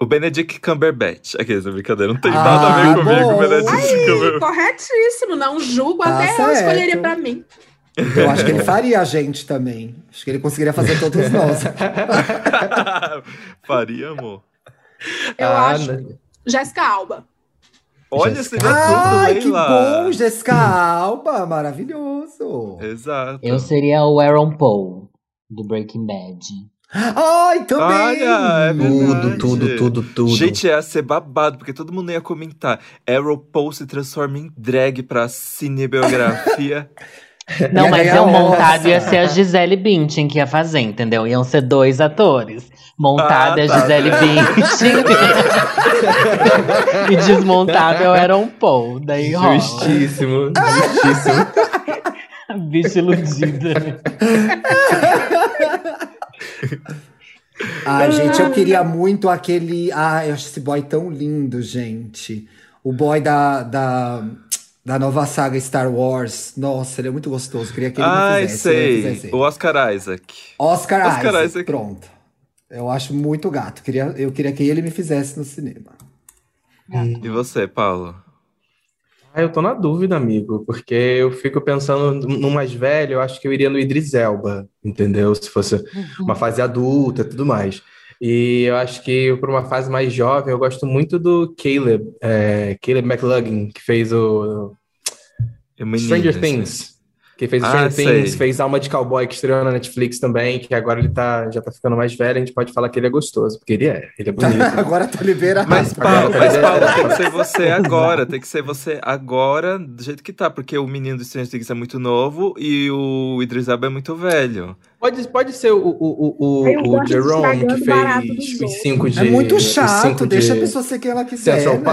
A: O Benedict Cumberbatch. Aqueles, é brincadeira. Não tem
B: Ah,
A: nada a ver comigo,
B: bom.
A: Benedict
D: Ih,
A: Cumberbatch.
D: corretíssimo, não julgo.
B: Tá
D: até eu
B: certo.
D: escolheria pra mim.
B: Eu acho que ele faria a gente também. Acho que ele conseguiria fazer todos nós.
A: Faria, amor.
D: Eu
C: Ah,
D: acho.
A: Ah,
C: né?
D: Jéssica Alba.
A: Olha esse
E: Jéssica.
A: assunto,
B: Ai, que
A: Leila.
B: bom, Jessica Alba,
A: É.
B: maravilhoso.
A: Exato.
E: Eu seria o Aaron Paul, do Breaking Bad.
B: Ai, também.
A: Olha, é verdade.
B: Tudo,
A: Tudo, tudo,
B: tudo.
A: Gente, ia ser babado, porque todo mundo ia comentar. Arrow Paul se transforma em drag pra cinebiografia.
E: Não,
B: Ia
E: mas
B: ganhar
E: eu
B: um
E: montado
B: Oscar.
E: ia ser a Gisele Bündchen que ia fazer, entendeu? Iam ser dois atores. Montada
A: Ah,
E: é a
A: tá.
E: Gisele Bündchen. e desmontada eu era um Paul. Daí rola.
C: Justíssimo, justíssimo.
E: Bicha iludida.
B: Ai, gente, eu queria muito aquele. Ai, eu acho esse boy tão lindo, gente. O boy da, da, da nova saga Star Wars. Nossa, ele é muito gostoso. Queria que ele me
A: Ai,
B: fizesse, ele me
A: sei.
B: fizesse.
A: O Oscar Isaac.
B: Oscar,
A: Oscar
B: Isaac,
A: Isaac.
B: Pronto. Eu acho muito gato. Queria, eu queria que ele me fizesse no cinema.
A: E você, Paulo?
C: Ah, eu tô na dúvida, amigo, porque eu fico pensando no mais velho, eu acho que eu iria no Idris Elba, entendeu? Se fosse
A: Uhum.
C: uma fase adulta e tudo mais. E eu acho que para uma fase mais jovem, eu gosto muito do Caleb, é, Caleb McLaughlin, que fez o
A: Eu menino,
C: Stranger
A: assim.
C: Things. né? Que fez o
A: Ah,
C: Stranger
A: sei.
C: Things, fez Alma de Cowboy, que estreou na Netflix também, que agora ele tá, já tá ficando mais velho, a gente pode falar que ele é gostoso, porque ele é, ele é bonito.
B: Agora tá liberado.
A: Mas Paulo,
C: tá
A: mas
C: liberado.
A: Paulo, tem que ser você agora, tem que ser você agora, do jeito que tá, porque o menino do Stranger Things é muito novo e o Idris Elba é muito velho.
C: Pode, pode ser o, o, o,
D: Eu
C: o, o
D: gosto de
C: Jerome
D: estragando
C: que
D: barato dos
C: fez
D: outros.
C: os cinco de.
B: É muito
C: os
B: chato,
C: cinco
B: deixa
C: de
B: a pessoa ser quem ela quiser.
C: Central
B: né?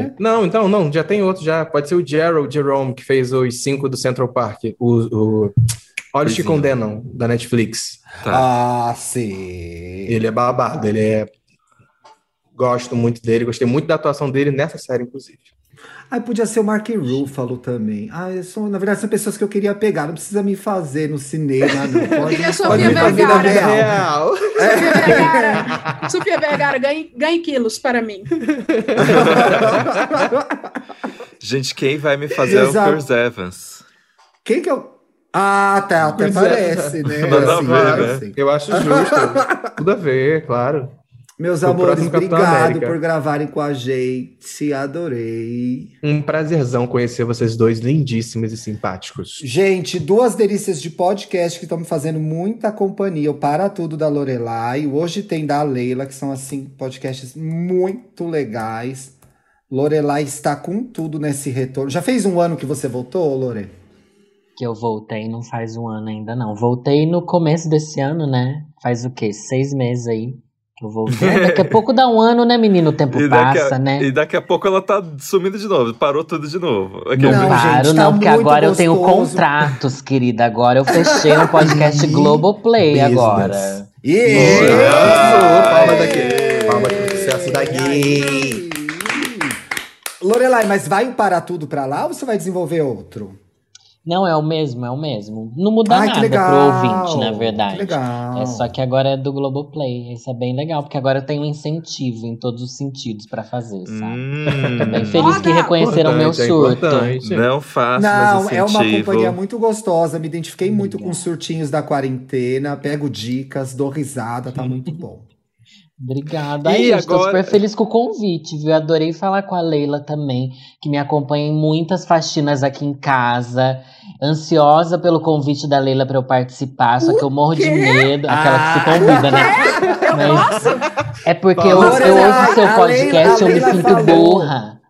C: Park? Não, então, não, já tem outro já. Pode ser o Gerald Jerome que fez os cinco do Central Park. O, o Olhos que
A: Coisinha.
C: Condenam, da Netflix.
A: Tá.
B: Ah, sim.
C: Ele é babado, ele é. Gosto muito dele, gostei muito da atuação dele nessa série, inclusive.
B: Ai, podia ser o Mark Ruffalo também. Ai, são, na verdade, são pessoas que eu queria pegar. Não precisa me fazer no cinema, não. Pode,
D: queria só
B: pode
D: ver
B: me fazer na
D: Vergara.
B: vida real.
D: Sofia Vergara, Sofia Vergara ganhe, ganhe quilos para mim.
A: Gente, quem vai me fazer é o
B: Exato.
A: Chris Evans.
B: Quem que eu... Ah, tá. Até
C: Pois é.
B: parece, né?
A: Nada a ver,
B: Assim, claro,
A: né?
B: assim.
C: Eu acho justo. Tudo a ver, claro.
B: Meus
C: O
B: amores,
C: próximo Capitão
B: obrigado
C: América.
B: por gravarem com a gente. Adorei.
C: Um prazerzão conhecer vocês dois lindíssimos e simpáticos.
B: Gente, duas delícias de podcast que estão me fazendo muita companhia. O Para Tudo da Lorelai. o Hoje tem da Leila, que são, assim, podcasts muito legais. Lorelai está com tudo nesse retorno. Já fez um ano que você voltou, Lore?
E: Que eu voltei não faz um ano ainda, não. Voltei no começo desse ano, né? Faz o quê? Seis meses aí que eu voltei. Ah, Daqui a pouco dá um ano, né, menino? O tempo
A: daqui
E: passa,
A: a,
E: né?
A: e daqui a pouco ela tá sumindo de novo, parou tudo de novo. Aqui, né?
E: Não,
B: Não,
E: paro,
B: gente, tá
E: não, porque
B: muito
E: agora eu tenho
B: gostoso.
E: contratos, querida. Agora eu fechei um podcast
B: Ih,
E: Globoplay
B: business.
E: agora.
B: Yeah!
C: Palma daqui. Palma de sucesso daqui.
B: Lorelai, mas vai o Para Tudo pra lá ou você vai desenvolver outro?
E: Não, é o mesmo, é o mesmo. Não muda
B: Ai, que
E: nada pro
B: legal.
E: ouvinte, na
B: Que
E: verdade.
B: legal.
E: É só que agora é do Globoplay. Isso é bem legal, porque agora eu tenho um incentivo em todos os sentidos pra fazer,
C: Hum.
E: sabe? Tô Bem
A: Hum,
E: feliz que
D: Foda!
E: reconheceram o meu
C: Importante, é
E: surto.
C: importante.
A: não faço
B: Não,
A: mais
B: é uma
A: incentivo.
B: companhia muito gostosa. Me identifiquei muito com
E: Obrigada.
B: os surtinhos da quarentena. Pego dicas, dou risada, tá muito
A: Uhum.
B: bom.
E: Obrigada.
A: E
E: Ai, gente, tô
A: agora-
E: super feliz com o convite, viu? Adorei falar com a Leila também, que me acompanha em muitas faxinas aqui em casa. Ansiosa pelo convite da Leila pra eu participar, só que eu morro de
D: quê?
E: medo. Aquela que se
B: Ah,
E: convida, né? Mas é porque eu, eu
B: Lorelai,
E: ouço seu
B: a
E: podcast, eu me
B: Leila- a Leila falou.
E: sinto burra.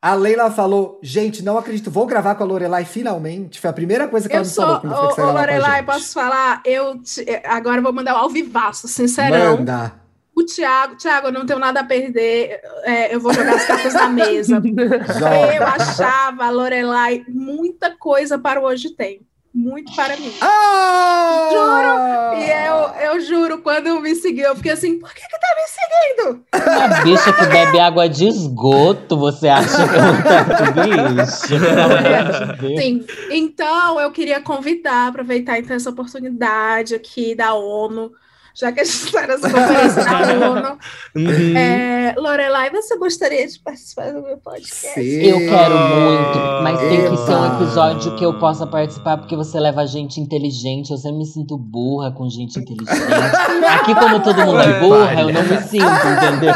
B: A Leila falou: gente, não acredito, vou gravar com a Lorelai finalmente. Foi a primeira coisa que
D: Eu
B: ela me
D: sou.
B: falou quando foi que
D: Ô,
B: saiu lá
D: ô,
B: com a
D: Lorelai,
B: gente.
D: posso falar? Eu te- eh, agora eu vou mandar ao vivaço, sincerão.
B: Manda.
D: O Thiago, Thiago, eu não tenho nada a perder. é, eu vou jogar as cartas na mesa.
B: Joga.
D: Eu achava, Lorelai, muita coisa para o hoje tem. Muito para mim.
B: Ah!
D: E eu, eu juro, quando eu me seguiu, eu fiquei assim, por que que tá me seguindo?
E: Uma bicha que bebe água de esgoto, você acha que eu não tanto bicho? Pelo amor de Deus.
D: Sim. Então, eu queria convidar, aproveitar então essa oportunidade aqui da ONU já que a gente está nessa conferência da ONU.
C: Uhum.
D: É, Lorelai, você gostaria de participar do meu podcast?
B: Sim.
E: Eu quero muito, mas tem que ser um
B: Eba.
E: episódio que eu possa participar, porque você leva gente inteligente. Eu sempre me sinto burra com gente inteligente. Aqui, como todo mundo é burra, eu não me sinto, entendeu?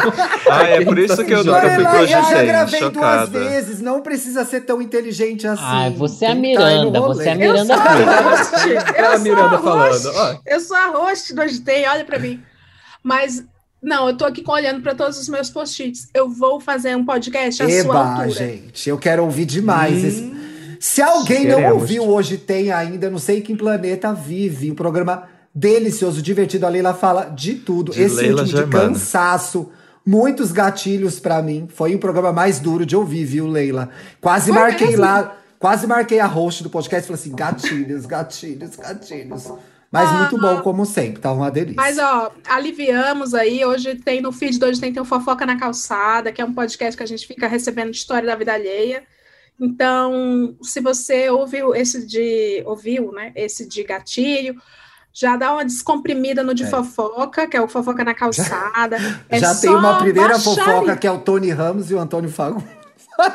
A: Ah, é por isso que eu nunca fui
B: Lorelai,
A: pro
B: eu já
A: gente,
B: gravei duas
A: chocada.
B: vezes, não precisa ser tão inteligente assim.
E: Ai, você é a
B: Tem que tá aí no
E: Miranda,
B: rolê.
E: você é a
D: Eu sou
E: Miranda.
D: a
E: Cruz.
D: host.
C: Olha
D: Eu sou a
C: a Miranda
D: host.
C: falando. ó.
D: Eu sou a host do Agitei, olha pra mim. Mas, não, eu tô aqui olhando pra todos os meus post-its. Eu vou fazer um podcast à sua
B: Eba,
D: altura.
B: gente, eu quero ouvir demais esse.
A: Hum.
B: Se alguém não
C: Queremos.
B: ouviu hoje, tem ainda, não sei em que planeta vive, um programa delicioso, divertido. A Leila fala de tudo.
A: De
B: esse
A: Leila é
B: último de
A: Germana.
B: cansaço, muitos gatilhos pra mim. Foi o programa mais duro de ouvir, viu, Leila? Quase
D: Foi
B: marquei
D: mesmo?
B: lá, quase marquei a host do podcast e falei assim: gatilhos, gatilhos, gatilhos. Mas muito bom, como sempre, tava uma delícia.
D: Ah, Mas, ó, aliviamos aí. Hoje tem no feed de hoje tem, tem o Fofoca na Calçada, que é um podcast que a gente fica recebendo história da vida alheia. Então, se você ouviu esse de. ouviu, né? Esse de gatilho. Já dá uma descomprimida no de
B: É.
D: fofoca, que é o fofoca na calçada. É
B: Já tem
D: só
B: uma primeira
D: baixaria.
B: fofoca que é o Tony Ramos e o Antônio Fagundes.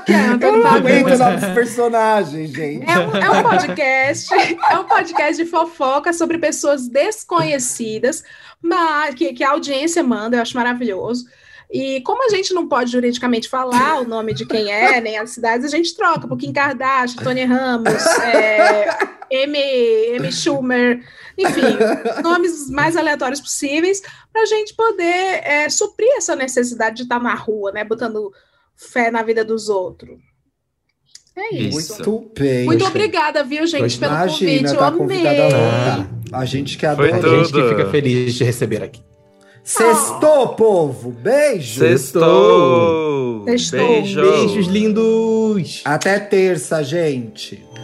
D: Que é, Antônio
B: Eu não
D: Fagundes.
B: aguento o nome dos personagens, gente.
D: É um, é um podcast, é um podcast de fofoca sobre pessoas desconhecidas, mas que, que a audiência manda, eu acho maravilhoso. E como a gente não pode juridicamente falar o nome de quem é, nem as cidades, a gente troca por Kim Kardashian, Tony Ramos, é, M, M. Schumer, enfim, os nomes mais aleatórios possíveis, para a gente poder é, suprir essa necessidade de estar na rua, né? Botando fé na vida dos outros. É isso.
A: Isso.
B: Muito bem.
D: Muito obrigada, viu, gente,
C: Gostei.
D: pelo
B: Imagina,
D: convite. Eu
B: tá convidada a
D: amei.
B: voltar. A gente que
A: Ah. Foi
C: A
B: adora.
A: tudo.
C: gente que fica feliz de receber aqui.
D: Tá.
B: Sextou, povo. Beijo.
A: Sextou!
D: Sextou.
A: Beijo!
C: Beijos lindos!
B: Até terça, gente.